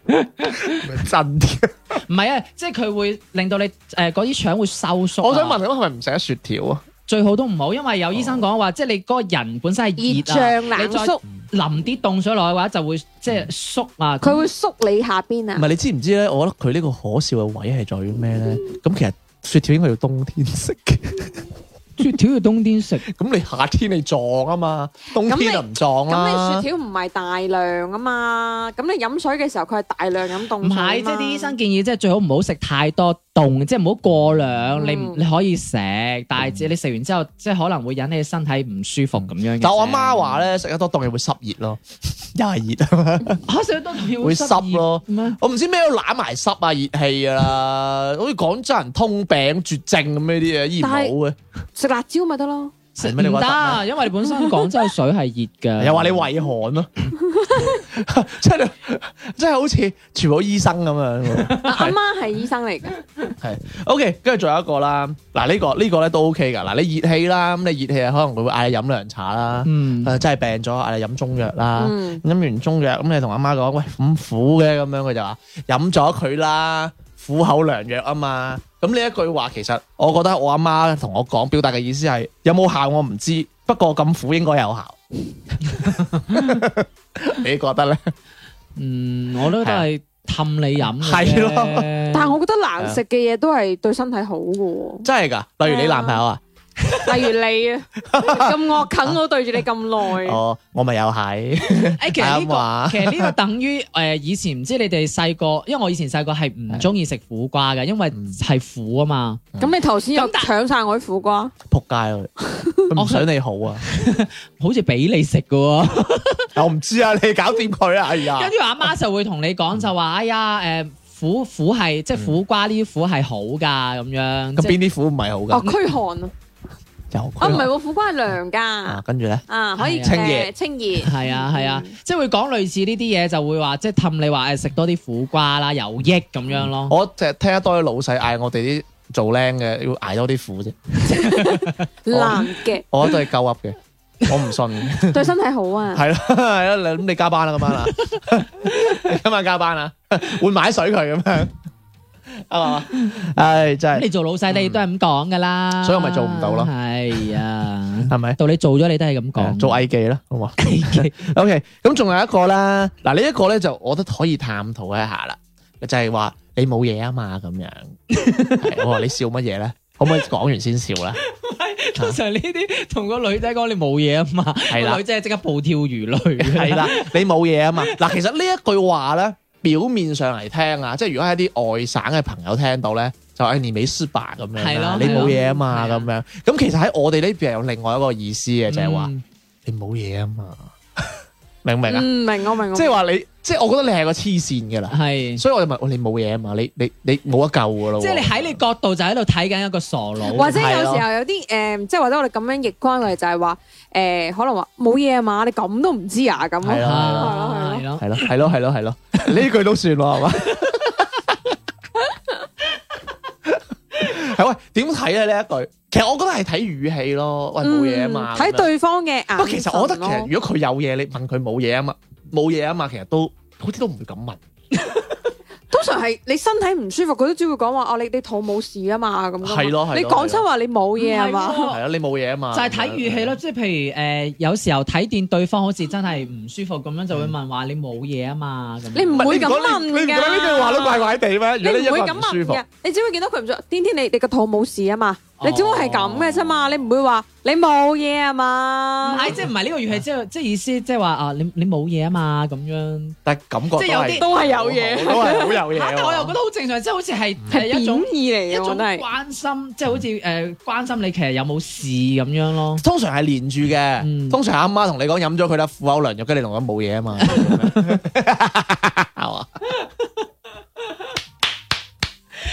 真啲？
唔係啊，即係佢會令到你誒嗰啲腸會收縮啊。
我想問你，係咪唔食得雪條啊？
最好都唔好，因為有醫生
哦
講話，即係你嗰個人本身
熱
係熱啊，
脹冷
你再
縮，
淋啲凍水落去嘅話就會即係縮啊。
佢會縮你下邊
唔
啊
係。你知唔知咧？我覺得佢呢個可笑嘅位係在於咩咧？
嗯
咁其實雪條應該要冬天食嘅，
雪條要冬天食，
咁你夏天你撞啊嘛，冬
咁你
天就唔撞
啊
咁
啦
你。雪條唔係大量啊嘛，咁你飲水嘅時候佢係大量飲凍
唔
水啊嘛
係即係啲醫生建議，即係最好唔好食太多凍，即係唔好過量。你唔
嗯
你可以食，但
嗯
係即係你食完之後，即係可能會引起身體唔舒服咁樣嘅啫。
但我阿媽話
嗯
咧，食得多凍嘢會濕熱 咯，又係熱啊嘛。
嚇食得多仲要
會濕咯
熱咩？
我唔知咩都揦埋濕啊，熱氣㗎啦，好似廣州人通病絕症咁呢啲嘢醫唔好
食辣椒咪得咯，
食
係
唔
咩你覺得
得，因為你本身廣州水係熱
嘅，
㗎。
又話你胃寒 咯，即係即係好似全部醫生咁樣。
啊阿媽係醫生嚟嘅，
OK，跟住仲有一個啦，嗱呢個呢個咧都 OK 㗎，嗱你熱氣啦，咁你熱氣啊可能佢會嗌你飲涼茶啦，
嗯
誒真係病咗嗌你飲中藥
啊
啦。
嗯，
飲完中藥，咁你同阿媽講，喂咁苦嘅咁樣，佢就話飲咗佢啦，苦口良藥啊嘛。咁呢一句話其實我覺得我阿媽同我講，表達嘅意思係有冇效我唔知，不過咁苦應該有效。 你覺得咧？
嗯，我都都係氹你飲嘅啫。
係咯
但係我覺得難食嘅嘢都係對身體好嘅喎，
真係㗎？例如你男朋友啊，
例如你 啊，咁惡啃我對住你咁
啊
耐，
哦，我咪又係
誒，嗯其實呢
啱 啊話
個其實呢個等於誒以前唔知你哋細個，因為我以前細個係 唔中意食苦瓜嘅，因為
嗯
係苦啊嘛。
咁你頭先又
咁但
搶晒我啲苦瓜，
仆 街咯，佢唔想你好啊！
好似俾你食嘅喎，
我唔知啊，你搞掂佢啊！哎嗯呀
跟，住阿媽就會同你講就話：哎呀，誒苦苦係即係苦瓜呢啲苦係好㗎咁樣。
嗯咁
即係
邊啲苦唔係好
哦
㗎？
驅寒啊，
有
啊唔係
佢
喎，苦瓜係涼
啊，
㗎，
跟住咧，
啊可以
清
熱
誒清熱，
係啊係啊，
嗯
即係會講類似呢啲嘢，就會話即係氹你話誒食多啲苦瓜啦，有益咁樣咯。
我就係聽得多啲老細嗌我哋啲做僆嘅要捱多啲苦啫。
難嘅，
我覺得都係鳩噏嘅，我唔信。
對身體好啊，
係咯，係咯，咁你 加班啦，今晚啊，你今晚加班啊，換買水佢咁樣。係嘛？唉，真
咁
係
你做老細，你都係咁講噶啦，
嗯所以我咪做唔到咯
係啊，
係咪？
到你做咗，你都係咁講。
做藝妓啦，好 嘛 ？OK，咁仲有一個啦，嗱，呢一個咧就我覺得可以探討一下啦，就係話你冇嘢啊嘛咁 樣。係我話你笑乜嘢咧？可唔可以講完先笑咧？
通常呢啲同個女仔講你冇嘢啊嘛，
係啦
個女仔係即刻暴跳如雷。
係啦，你冇嘢啊嘛。嗱，其實呢一句話咧，表面上嚟聽啊，即係如果係啲外省嘅朋友聽到咧，就誒你美斯吧咁樣
係
啦
咯，
你冇嘢啊嘛
係咯
咁樣。咁其實喺我哋呢邊有另外一個意思嘅，就係話
嗯
你冇嘢啊嘛， 明唔明啊？
嗯，明我明我。
即係話你，即係我覺得你係個黐線㗎啦。
係，
所以我就問我你冇嘢啊嘛，你你你冇得救㗎咯喎。
即係你喺你角度就喺度睇緊一個傻佬。
或者
係
有
咯
時候有啲誒、即係或者我哋咁樣逆關佢就係話誒，可能話冇嘢啊嘛，你咁都唔知啊咁
係
咯。
咯
啊係
係咯
咯，
係咯係咯係 咯，呢句都算喎係嘛？係喂，點睇咧呢一句？其實我覺得係睇語氣咯，喂冇嘢啊嘛。
嗯睇對方嘅眼神
不
咯。
過其實我覺得其實如果佢有嘢，你問佢冇嘢啊嘛，冇嘢啊嘛，其實都好似都唔會咁問。
通常係你身體唔舒服，佢都只會講話哦，你你肚冇事啊嘛咁㗎嘛。
係咯係咯
你講出話你 冇嘢啊嘛
唔係。喎
係啊，你冇嘢啊嘛。
就係睇語氣咯，即係譬如誒、呃有時候睇見對方好似真係唔舒服咁樣，就會問話你冇嘢啊嘛咁。
你唔
喂。
會咁
你唔覺得
問
你
㗎。
你唔覺得呢句話都怪怪地咩？
你
如果一
唔
個
會
人
咁
唔舒
問
服
嘅，，你只會見到佢唔舒服。天天你你個肚冇事啊嘛，
哦
你只會係咁嘅啫嘛，你唔會話你冇嘢啊
唔
嘛。
係即係唔係呢個語氣，即係即係意思即係話啊，你你冇嘢啊嘛咁樣。
但係感覺
即係有啲
都
都係有
係
嘢，
都係好有嘢
嚇
喎。
但我又覺得好正常，即係好似係係
啊係
一種
貶義
一
嚟嘅，我
種
覺得係。
關心，即係好似誒關心你其實有冇事咁樣咯。
通常係連住嘅，
嗯
通常阿媽同你講飲咗佢啦，苦口良藥，跟住你同佢冇嘢啊嘛，係嘛？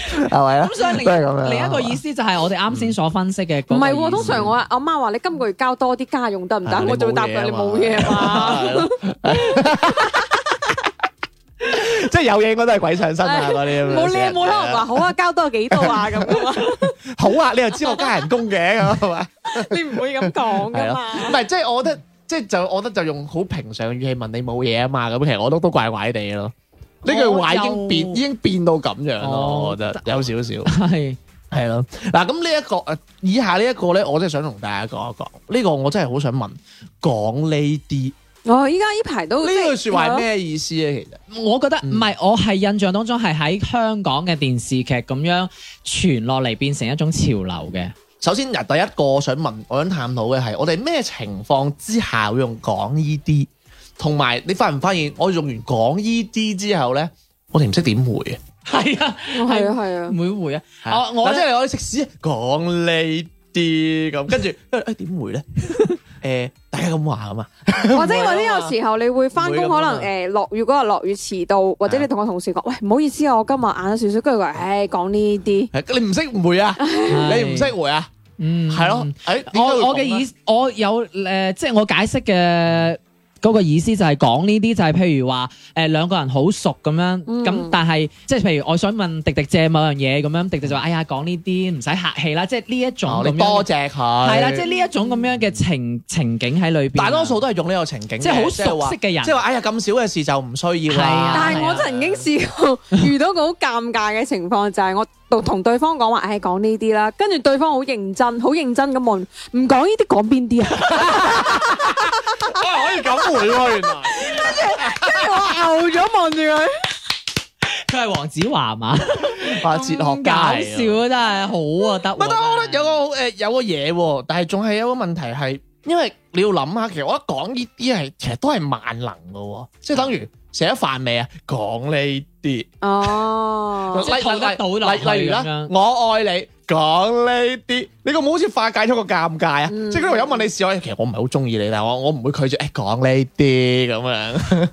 係咪啊？
咁所以另
都係咁樣
一另一個意思就係我哋啱先所分析嘅嗰個
唔
意思。
係喎，通常我阿媽話你今個月交多啲家用得唔
啊
得？
你啊
我就會答佢你冇嘢 嘛。
啊
係咯 即係有嘢應該都係鬼上身啊嗰啲咁樣
冇嘢冇可能話好啊，交多幾多啊咁 噶嘛，
好啊！你又知我加人工嘅咁啊係嘛？
你唔會咁
係啊
講噶
咯
嘛。，
唔係即係我覺得，即係就我覺得就用好平常嘅語氣問你冇嘢啊嘛，咁其實我都都怪怪地咯。呢句話已經變
我
已
就
經變到咁樣咯，
哦
我覺得有少少
係
係咯。嗱咁呢一個誒，以下呢一個咧，我真係想同大家講一講。呢個我真係好想問，講呢啲
我哦依家呢排都哦
呢句説話係？咩意思咧？其實
我覺得
嗯
唔係，我係印象當中係喺香港嘅電視劇咁樣傳落嚟，變成一種潮流嘅。
首先嗱，第一個我想問，我想探討嘅係，我哋咩情況之下會用講呢啲，同埋你發唔發現，我用完講呢啲之後咧，我哋唔識點回啊？
係啊，
係啊係啊，
每回啊，
係啊
我我
嗱
呢
即係我哋食屎講呢啲咁，跟住 誒點回咧？誒，大家咁話啊嘛，
或者或者有時候你會翻
唔會
工，
咁啊
可能誒落雨嗰日落雨遲到，或者
係啊
你同個同事講，喂唔好意思啊，我今日晏咗少少，跟住佢話，唉講呢啲，
係你唔識回啊，你唔識，回啊，
嗯
係咯，誒，點解會啊
我我嘅
咁咧
意，我有誒、呃即係我解釋嘅嗰個意思就係講呢啲，就係譬如話誒兩個人好熟咁樣，
嗯
咁、但係即係譬如我想問迪迪借某樣嘢咁樣，迪迪就話：哎呀，講呢啲唔使客氣啦，即係呢一種
哦
咁
你
樣
多
嘅，
謝佢，
係
係
啦，即係呢一種咁樣嘅情情景喺裏邊，啊
大多數都係用呢個情景嘅，
即係好
係
熟
話
悉嘅人啊
即係話哎呀咁少嘅事就唔需要
係啊
啦。
但係我曾經試過遇到個好尷尬嘅情況，就係我同同對方講話，唉，講呢啲啦，跟住對方好認真，好認真咁問，唔講呢啲講邊啲啊？
哇可以咁回喎，原來
跟住我牛咗望住佢，
佢係黃子華嘛，
哇 哲學家
咁搞笑啊，真係好啊，得
唔係，但
喎，
我覺得有
真係
個誒有個嘢喎，但係仲係有個問題係，因為你要諗下，其實我一講呢啲係其實都係萬能嘅喎，即係等於食咗飯未啊？講呢啲，
哦，
即係套得到落去
例例如
咁
啦
樣，
我愛你。講呢啲，你個冇好似化解咗個尷尬啊！
嗯
即係嗰度有問你試，我其實我唔係好中意你，但係我我唔會拒絕。誒講呢啲咁樣，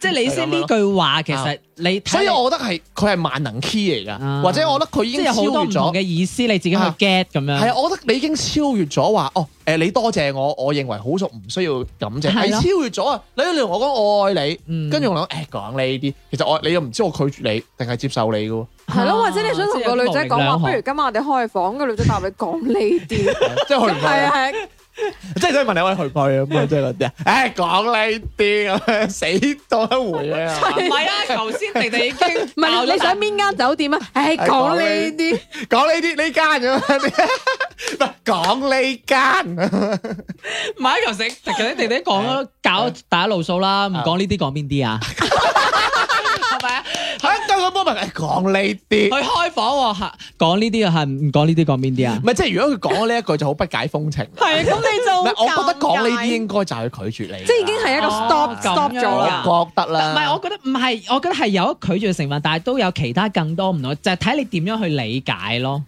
即係你先呢句話，其實你睇
啊所以
你
我覺得係佢係萬能 key 嚟㗎，
啊
或者我覺得佢已
即
經
係有
超
好
越
多唔
咗
同嘅意思，你自己去
啊
get 咁樣。
係啊，我覺得你已經超越咗話哦，誒、你多謝我，我認為好熟，唔需要感謝，係
係咯
超越咗啊！你你同我講我愛你，
嗯
跟住我諗誒講呢啲，其實我你又唔知我拒絕你定係接受你嘅喎，
係咯，或者你想同 個女仔講話，不如今晚我哋開房，個女仔答你講呢啲，
即係去唔
係
去
啊
啊？
係啊，
即係想問你我哋去唔去 咁啊？即係嗰啲啊，唉，講呢啲咁樣死多一回嘅係嘛
唔係啊，頭先迪迪 已經
唔係你你想
邊？
邊間酒店啊？唉，
唉
講
講
呢
呢
啲，
講呢啲呢間咁樣， 唔係講呢間。啊
唔係啊頭先頭先迪迪講咗搞大家路數
啊
啦，唔講呢啲講邊 啲啊？係咪啊？
喺到個 moment 係講呢啲
去。開房喎，嚇講呢啲啊，係唔講呢啲講邊啲啊
唔？係，即係如果佢講咗呢一句就好不解風情。
係啊咁你就
唔係，我覺得講呢啲
尷尬
應該就係拒絕你。
即係已經係一個
哦
stop
咁
stop 咗
樣
啦
啊。
我覺得啦。
唔係，我覺得唔係，我覺得係有拒絕嘅成分，但係都有其他更多唔同，就係、睇你點樣去理解咯。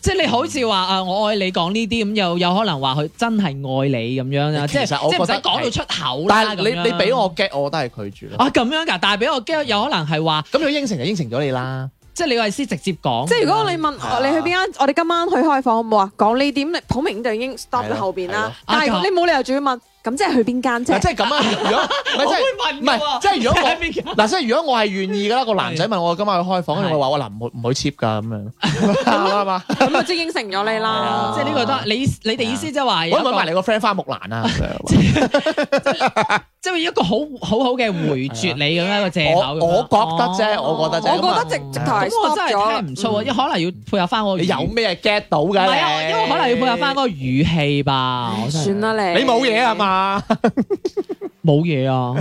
即係你好似話啊，我愛你講呢啲咁，又有可能話佢真係愛你咁樣啊，即係
其實我
即係唔
覺
使
得
講到出口啦。
但係你
咁樣
你俾我 get，我都係拒絕咯。
啊咁樣㗎，但係俾我驚有可能係話，
咁佢應承就應承咗你啦。
即係你個意思直接講。
即係如
啊
果你問我你去邊間，我哋今晚去開房好唔好啊？講呢點，你好明顯就已經 stop 咗後邊
係
啦
咯。
但係
啊咁
你冇理由仲要問，咁即係去邊間
嗱，
啫？
即係咁啊！如果
我
唔係
會
即係
問
唔
㗎
係
喎
即係如果我
邊間
嗱，即係如果我係願意㗎啦，個男仔問我今晚去開房，
係
我話我嗱唔會唔會 cheap 㗎咁樣，啱嘛？
咁就即係應承咗你
係
啦
啊。
即係呢個都係你你哋意思即係話 有
我
一
揾
個
埋你個 friend 花木蘭 啊！咁樣
即係一個好好好嘅回絕你咁樣一個借口咁樣。哦
我我覺得啫，我覺得啫。啊嗯
我覺得直直頭係
咁我真
stop
係
咗
聽唔。出喎，因為可能要配合翻嗰個語
你有咩 get 到
唔
㗎？
係啊，
你
因為可能要配合翻嗰個語氣吧。
哦
我真係
算啦你，
你冇嘢啊？嘛？
冇嘢啊，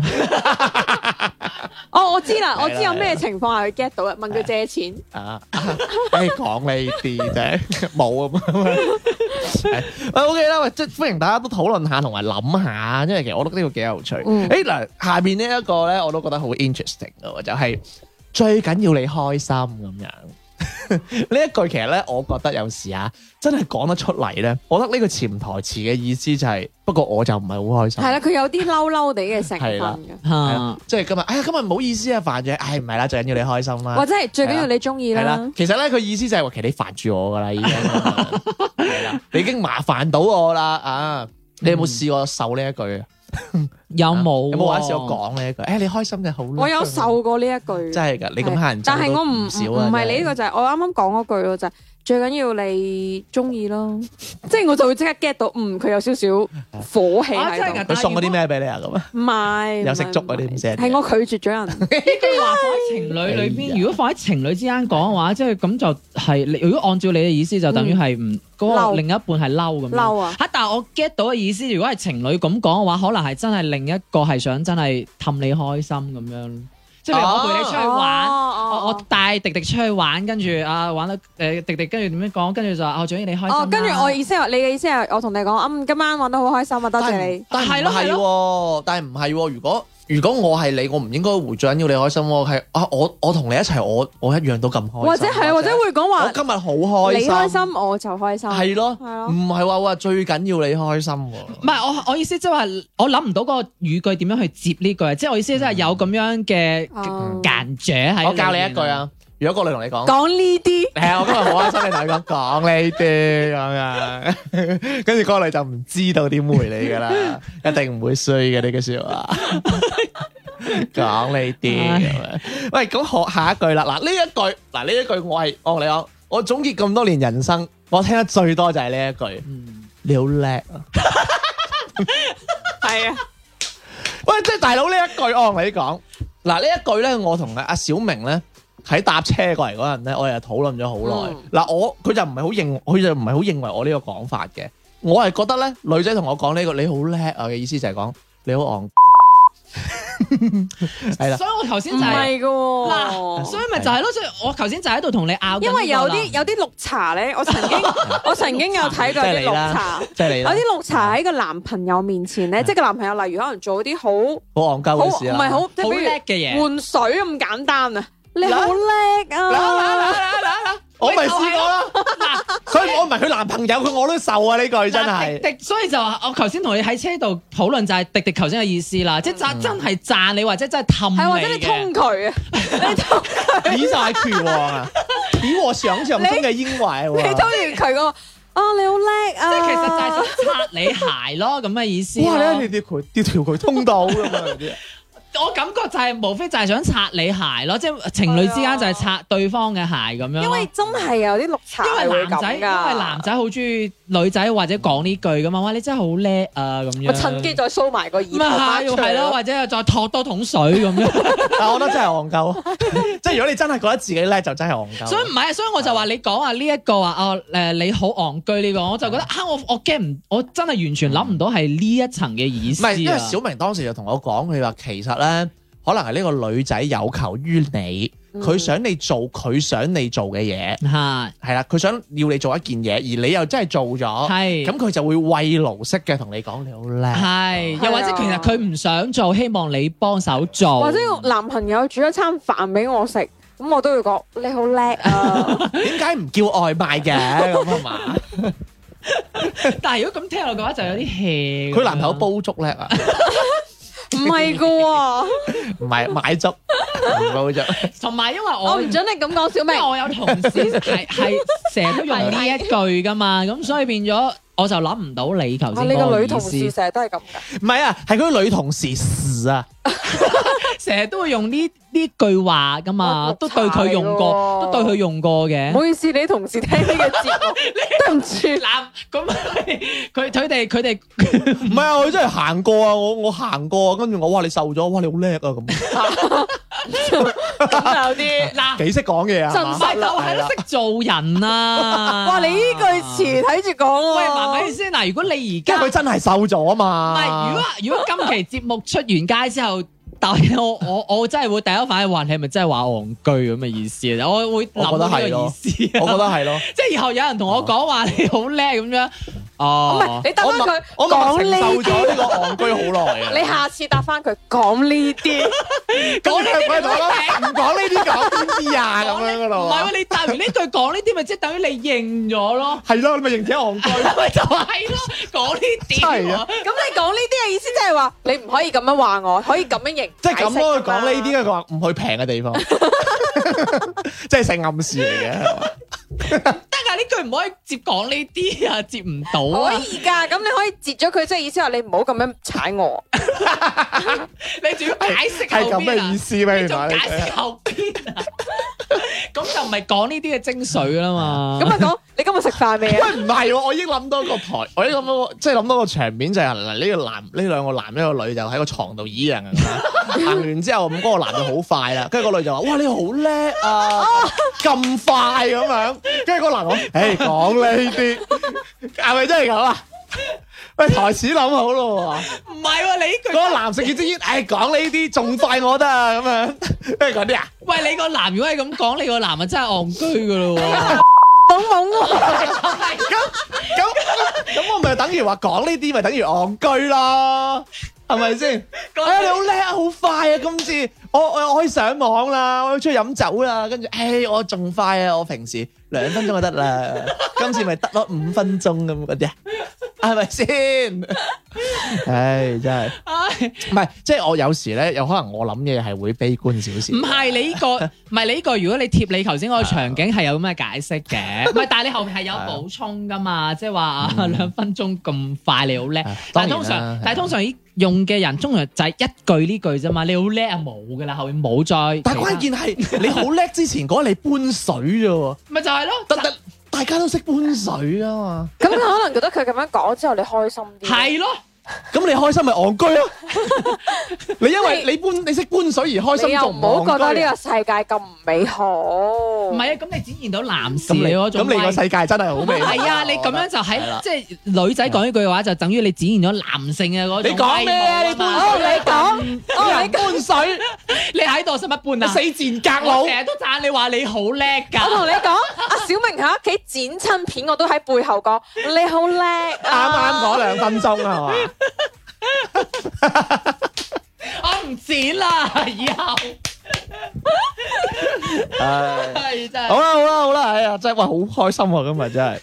哦，我知啦，我知有
係啦
咩情況係佢 get 到啊？問佢借錢，
啊，唉，講呢啲啫，冇啊嘛。係喂，OK 啦，喂，即係歡迎大家都討論下同埋諗下，因為其實我覺得呢個幾有趣。
嗯
誒嗱，下邊呢一個咧，我都覺得好 interesting 嘅喎，就係最緊要你開心咁樣。 呢一句其實咧，我覺得有時啊，真係講得出嚟咧，我覺得呢個潛台詞嘅意思就係，不過我就唔係好開心。
係啦，佢有啲嬲嬲地嘅成
哦
分
係啦
嘅，
係啦，即係今日，哎呀，今日唔好意思啊，煩咗，唉，唔係啦，最緊要你開心啦
或。者係最緊要你中意
係
啦
啦。，其實咧佢意思就係話，其實你煩住我噶啦，已 經係啦，你已經麻煩到我啦啊！你有冇試過受呢一句
嗯
啊？
有冇？
有冇話試過？講呢一句？誒，你開心就好啦。
我有受過呢一句，
真係㗎，你咁乞人憎
但係我唔
都少啊！
唔係你呢個就係我啱啱講嗰句咯，就係最緊要你中意咯， 即係我就會即刻 get 到，嗯，佢有少少火氣
啊真係
喺
㗎
度，
個佢送嗰啲咩俾你啊？咁啊，
唔係
有食粥嗰啲唔知係點
係我拒絕咗人，
呢句話放喺情侶裏
哎呀
邊，如果放喺情侶之間講嘅話，即係咁就係你。如果按照你嘅意思，就等於係唔嗰
嬲
個另一半係嬲咁樣。
嬲
嗯
啊！
嚇！但係我 get 到嘅意思，如果係情侶咁講嘅話，可能係真係另一個係想真係氹你開心咁樣，即係譬如我陪你出去玩。我我
哦
帶迪迪出去玩，跟住啊玩到誒、呃迪迪，跟住點樣講？跟住就話啊我最緊要你開心啦、
哦，跟住我意思係你嘅意思係我同你講，嗯，今晚玩得好開心啊，多謝你。
但係唔係喎，但係唔係喎？如果如果我係你，我唔應該回最緊要你開心喎。係啊，我我同你一齊，我我一樣都咁開心。
或者係，或者會講
我
話
今日好開
你
心，
開心我就開心，
係咯，
係咯
唔係話話最緊要你開心喎。
唔係我我意思即係話，我諗唔到個語句點樣去接呢句，即係我意思即係有咁樣嘅
哦
間者喺。
我教你一句！啊，如果個女同你講，
講呢 啲
係啊，我今日好開心，你同佢講講呢啲咁樣， 跟住嗰個女就唔知道點回你 噶啦，一定唔會衰嘅呢句説 話。講呢啲咁樣，喂，咁學下一句啦。嗱呢一句，嗱呢一句我係我同你講，我總結咁多年人生，我聽得最多就係呢一句，
嗯
你好叻啊！
係啊，
喂，即係大佬呢一句，我同你講，嗱呢一句咧，我同阿小明咧喺搭車過嚟嗰陣咧，我哋就討論咗好耐
嗯。
嗱、我佢就唔係好認，佢就唔係好認為我呢個講法嘅。我係覺得咧，女仔同我講呢、個你好叻啊嘅意思就係講你好戇，係啦，
所以我頭先
唔
就係、
係噶
嗱，所
喎。
以咪就係咯，所以我頭先就喺度同你拗緊呢個
因
啦。
為有啲有啲綠茶咧，我曾經 我曾經有睇過
即係
啲
你
綠
啦
茶，
即係你
有
啦
啲，綠茶喺個男朋友面前咧，即係個男朋友例如可能做啲好
好戇鳩
好唔
嘅事啦，啊
係好即
好
係
叻
比
嘅嘢
如。換水咁簡單啊！你好叻啊！
我咪試過啦。佢我唔係佢男朋友，佢我都受啊呢句真
嗱
係。
迪迪，所以就話我頭先同你喺車度討論就係迪迪頭先嘅意思啦，即係讚真係讚你或者真係氹你
嗯係
嘅
或者你通佢 啊，你通
比晒拳 王，比我想象中嘅英偉
你
喎
通。完佢個啊你好叻啊！
即係其實就係想擦你鞋咯，咁嘅意思咯。
哇！你一條條條條佢通道咁啊！
我感覺就係無非就係想擦你鞋咯，即係情侶之間就係擦對方嘅鞋咁樣咯。
因為真係有啲綠茶
因為
會
男仔，
咁
因為
㗎
男仔好中意女仔或者講呢句噶嘛，哇！你真係好叻啊咁樣。
我趁機再 show 埋個耳頭
咁啊係，係咯，，或者再托多桶水咁樣。
但我覺得真係戇 鳩，即係如果你真係覺得自己叻，就真係戇鳩。
所以唔係，所以我就話你講話呢一個話哦誒你好戇居呢個，我就覺得
嗯
啊我我 get 唔，我真係完全諗唔到係呢一層嘅意
唔
思啊
係，因為小明當時就同我講，佢話其實咧，可能係呢個女仔有求於你，佢想你做佢想你做嘅嘢，
係
係啦，佢想要你做一件嘢，而你又真係做咗，
係
哦咁佢就會慰勞式嘅同你講你好 叻，
係，又或者其實佢唔想做，希望你幫手
哦
做，
或者我男朋友煮一餐飯俾我食，咁我都會講你好叻 啊！
點解唔叫外賣嘅咁 啊嘛？
但係如果咁聽落嘅話，就有啲 hea 咁樣。
佢男朋友煲粥叻啊，
唔係噶
哦
喎，
唔係買汁，唔煲粥。
同埋因為
我
我
唔准你咁講，小
因為
明。
我有同事係係成日都用呢一句噶嘛，咁所以變咗我就諗唔到你頭
啊！
先
你
嗰
個
個
女
意
同事
思，
成日都係咁㗎。
唔係啊，係佢啲女同事事啊，
成日都會用呢呢句話噶嘛，
我
都對佢用過，
我
都對佢用過
唔
嘅。
好意思，你啲同事聽呢個節 目，對唔住。
嗱，咁佢佢哋佢哋
唔係啊，佢真係行過啊，我我行過，跟住我話你瘦咗，哇你好叻啊咁，
咁有啲。
嗱，
幾識講嘢啊，係
唔
嘛
係就係
係啦
都識做人啊！
哇！你呢句詞睇住講喎。
喂，麻麻先嗱，如果你而
因
家
為佢真係瘦咗啊
唔係，
嘛。
如果如果今期節目出完街之後，但係我我我真係會第一反應話你係咪真係話戇居咁嘅意思啊？我會諗到呢個意思啊。
我覺得係咯，
即係以後有人同我講話你好叻咁樣，哦，
唔係你答翻
默
佢
我默
講
承
呢
受咗呢
啲，
個戇居好耐啊。
你下次答翻佢講呢 啲。
講呢啲唔講呢啲講邊啲啊咁樣噶
唔係
咯
喎，你答完呢句講呢啲，咪即係等於你認咗咯
。係咯，你咪認自己戇居。
咪就係咯，講呢啲
真係
喎
啊。
咁你講呢啲嘅意思即係話，你唔可以咁樣話我，可以咁樣形
即係咁咯，佢
解釋㗎嘛
講呢啲佢話唔去平嘅地方， 即係成暗示嚟嘅係嘛。
得啊，呢句唔可以接講呢啲啊，接唔到
可
哦
啊。
以㗎，咁你可以截咗佢，即係意思話你唔好咁樣踩我。
你仲要解釋
係
後
咁
邊啊
嘅意？思咩？
你
原
仲
來
解
你
釋後邊啊？咁就唔係講呢啲嘅精髓啦嘛。
咁啊講，你今日食飯未 啊？
喂，唔係喎，我已經諗到個台，我已經諗到個，即係諗到個場面就係嗱，呢個男呢兩個男呢個女就喺個床度依人咁啦 行完之後咁嗰個男就好快啦，跟住個女就話：哇，你好叻 啊，咁快咁樣。跟住個男講：誒，講呢啲係咪真係咁啊？喂，台詞諗好咯
唔係喎，
喎，
你呢句
嗰個男食完支煙，誒講呢啲仲快我得啊咁樣，跟住嗰啲啊，
喂你個男如果係咁講，你個男啊真係戇居噶咯喎。
懵懵喎，
咁咁我咪等於話講呢啲咪等於戇居咯，係咪先？哎呀，你好叻啊，好快啊！今次我我我可以上網啦，我可以出去飲酒啦，跟住，唉，我仲快啊！我平時兩分鐘就得啦，今次咪得咯五分鐘咁嗰啲啊，係咪先？唉，真係
唉
唔係，即係我有時咧，有可能我諗嘢係會悲觀少少
唔。係你呢 個，唔係你呢個。如果你貼你頭先嗰個場景係有咁嘅解釋
啊
嘅，唔係，但係你後面係有補充噶 嘛，即係話 兩分鐘咁快，你好叻
嗯啊。
但
當然
係通
啦
常
係，
但係通常用嘅人通常就係一句呢句啫嘛，你好叻啊冇噶啦，後面冇再。
但係關鍵係你好叻之前嗰日你搬水啫喎，
咪就係咯，
得得大家都識搬水啊嘛，
咁佢可能覺得佢咁樣講之後，你開心啲。
係咯。
咁你開心咪戇居咯？你因為你搬你識搬水而開
你
心，
又
仲
唔好覺
戇
得
居啊
呢個世界咁唔美好。
唔
唔
係啊，咁你展現到男
咁
士
你
嗰種
咁你個世
威。
界真係好美好。
係啊，你咁樣就喺即係女仔講呢句話，就等於你展現咗男性嘅嗰種
你講咩啊
威武嘛
哦，你講，哦，你
搬水，
你喺度使乜搬啊？
死賤格佬
我，成日都讚你話你好叻
我同
㗎，
你講，阿小明喺屋企剪親片，我都喺背後講，你好叻
啱啱
啊！
嗰兩分鐘啊嘛，
我唔剪啦， 啊以後
唉
係
好啦
真係。
好啦好啦，哎呀，真係哇好開心喎，今日真係。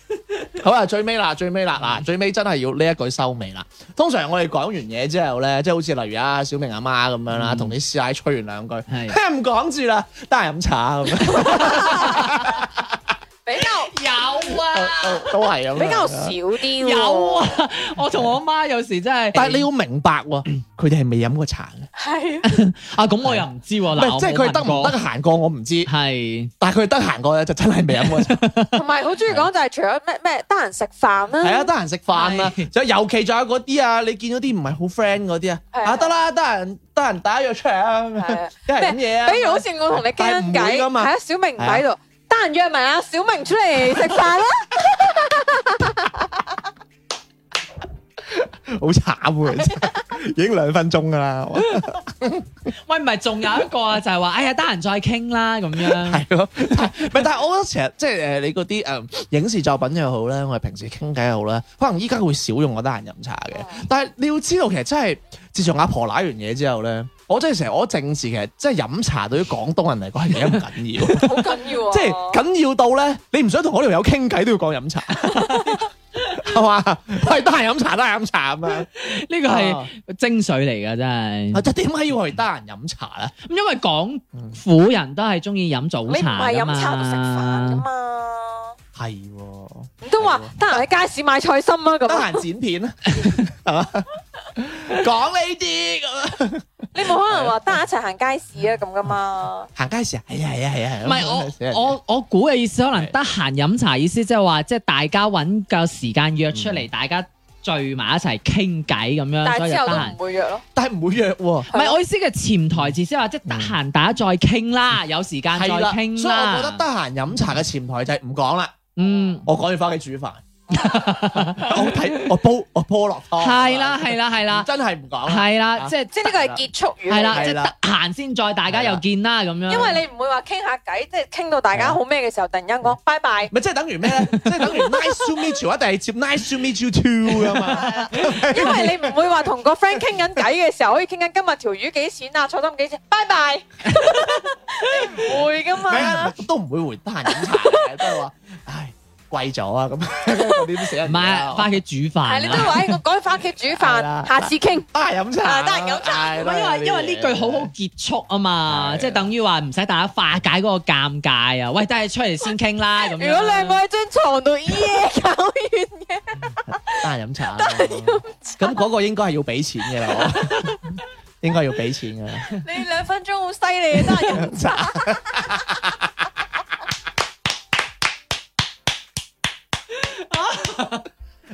好啦，最尾啦，最尾啦，嗱，最尾真係要呢一句收尾啦。通常我哋講完嘢之後咧，即係好似例如啊，小明阿媽咁樣啦，同啲師奶吹完兩句，
係
啊唔講住啦，得閒飲茶咁樣。
比較
有啊，
都係咁樣。
比較少啲喎。
有啊！ 我同我媽有時真係，
但係你要明白喎，佢哋係未飲過茶嘅，
係
啊咁我又唔知喎，
唔
嗱，
係即係佢得唔得閒過我唔知，
係
但係佢得閒過咧就真係未飲過茶。
同埋好中意講就係除咗咩咩得閒食飯啦，
係啊，得閒食飯啦，就尤其仲有嗰啲啊，你見到啲唔係好 friend 嗰啲啊，
係
啊得啦，得閒得閒打約出嚟啊，咁樣
係啊，
一係飲嘢啊，
比如好似我同你
但係唔會
傾緊偈，
㗎嘛
係啊，小明唔喺度，得閒約埋阿小明出嚟食飯啦，
好慘喎，真係已經兩分鐘㗎啦，
喂，唔係仲有一個啊，就係話，哎呀，得閒再傾啦咁樣，
係咯，唔係但係我覺得其實即係誒你嗰啲誒影視作品又好啦，我哋平時傾偈又好啦，可能依家會少用我得閒飲茶嘅，但係你要知道其實真係自從阿婆奶完嘢之後咧，我真係成日我正視其實真係飲茶對於廣東人嚟講係幾咁 緊要。
好緊要啊！
即係緊要到咧，你唔想同嗰條友傾偈都要講飲茶，係嘛？喂，得閒飲茶，得閒飲茶咁樣。
呢個係精髓嚟㗎，真係。
啊，即係點解要去得閒飲茶咧？
咁因為港府人都係中意飲早
你唔
茶
係
㗎
飲
嘛
茶都食飯噶嘛？
係喎，
唔通話得閒喺街市買菜心
得
啊咁啊？
閒剪片啊，係嘛？講呢啲咁樣，
你冇可能話得閒一齊行街市啊咁噶
嗯
嘛？
行街時啊，係啊係啊係啊，係啊
唔係我我我估嘅意思，可能得閒飲茶意思即係話，即係大家揾個時間約出
嗯
嚟，大家聚埋一齊傾偈咁樣，
但
所以就
係之
得
後都
閒
唔。會約咯。
但係唔會約喎。
唔係我意思嘅潛台詞，即係話即係得閒打再傾啦，有時間再
嗯係啦，所
傾
以我覺得得
啦。
閒飲茶嘅潛台就係唔講啦，
嗯，
我趕住翻屋企煮飯，我睇我煲我煲落湯，
係啦，係啦，係啦，
真哦係唔講啦，
係
啊
啦，即係
即係呢個係結束語嚟
係
嘅
啦，即
係
係
啦
得閒先再大家又見啦咁樣。
因為你唔會話傾下偈，即係傾到大
係啊
家好咩嘅時候，突然間
嗯
講 拜拜。
咪即係等於咩 咧？即係等於 nice to meet you，一定係接 nice to meet you too 噶嘛。
因為你唔會話同個 friend 傾緊偈嘅時候，可以傾緊今日條魚幾錢啊，菜心幾錢，拜拜，你唔會噶
咩啊
嘛？
都唔會回得閒飲茶嘅，都係話唉貴咗 啊咁嗰啲都死人
唔
嘢
係
啊。
翻屋企煮
係
飯
你都
啦。
話哎我趕翻屋企煮
係啦
飯，下次傾。
得閒飲茶，
啊得閒飲茶
唉
因為因為呢句好好。結束啊嘛，即係等於話唔使大家化解嗰個尷尬啊。喂，都係出嚟先傾啦咁樣。
如果兩個喺張床度，耶搞完嘅，
得閒飲茶，咁嗰個應該係要俾錢 嘅啦，我應該要俾錢嘅。
你兩分鐘好犀利，真係飲茶。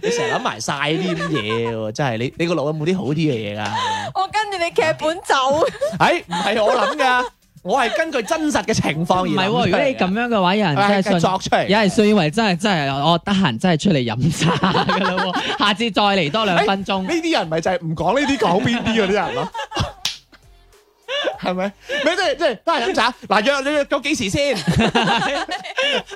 你成日諗埋晒啲咁嘢喎，真係你你個腦有冇啲好啲嘅嘢㗎？
我跟住你劇本走，
唉，唔係我諗噶，我係根據真實嘅情況而
唔係
諗
喎，如果
出
你
嚟㗎
咁樣嘅話，有人真係
係
信，
作出嚟
有人信以為真係真係，我得閒真係出嚟飲茶噶啦喎，下次再嚟多兩分
呢
鐘。
啲人咪就係唔講呢啲講邊啲嗰啲人咯，係咪？咪即係即係得閒飲茶嗱，約你約咗幾時先？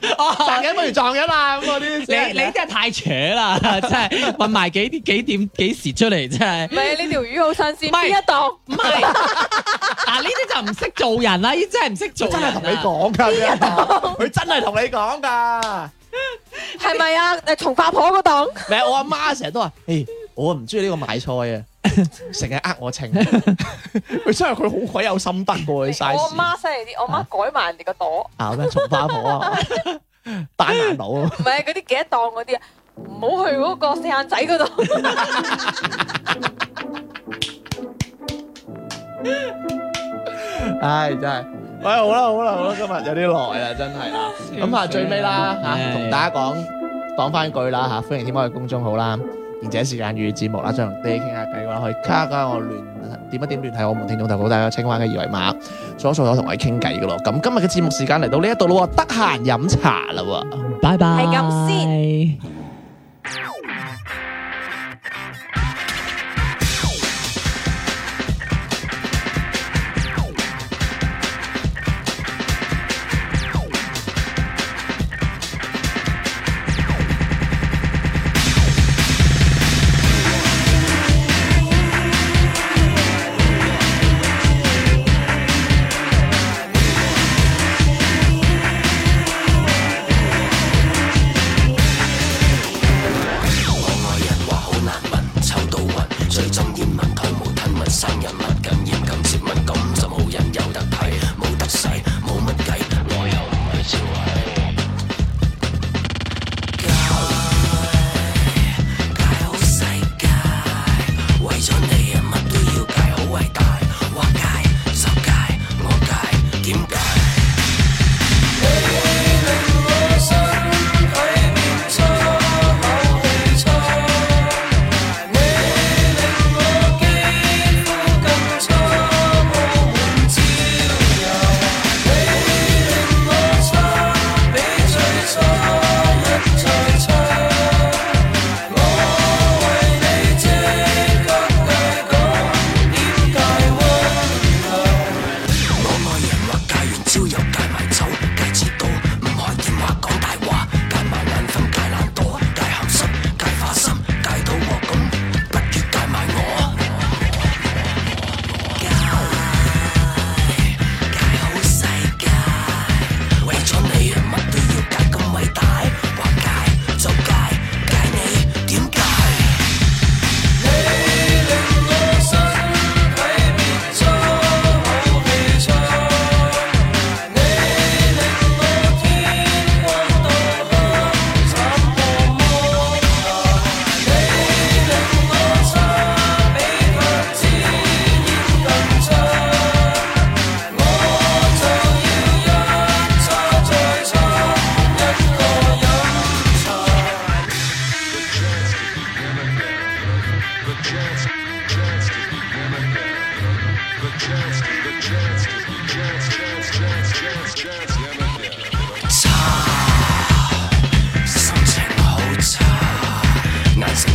撞人不如撞人啦咁嗰啲死
你
人
你
嘢。
真係太扯啦，真係問埋幾啲幾點幾時出嚟真係
唔。係呢條魚好新鮮，
唔係
邊一檔？
唔係，嗱呢啲就唔識做人啦，呢啲真係唔識做
真
人
係
啊。
同你講㗎，呢一檔佢真係同你講㗎。
係咪啊？誒，從化婆嗰檔，
唔係我阿媽成日都話：，誒，我唔中意呢個買菜啊，成日呃我情。佢真係佢好鬼有心得㗎喎，佢嘥
我
時
媽犀利啲，我媽改埋人哋個朵。
啊咩？松花婆啊，單眼佬啊。
唔係嗰啲幾多檔嗰啲啊，唔好去嗰個四眼仔嗰度。
唉，真係，喂，哎好啦好啦好啦，今日有啲耐啦，真係啦。咁啊，最尾啦嚇，
唉
同大家講講翻句啦嚇，歡迎添加我嘅公眾號啦，賢者時間與節目啦，想同爹傾下偈嘅話，可以卡加我聯點一點聯繫我們聽眾投稿，大家青蛙嘅二維碼，掃一掃我同我哋傾偈嘅咯。咁今日嘅節目時間嚟到呢一度咯喎，得閒飲茶啦喎。
拜拜。
係咁
先。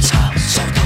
查收到。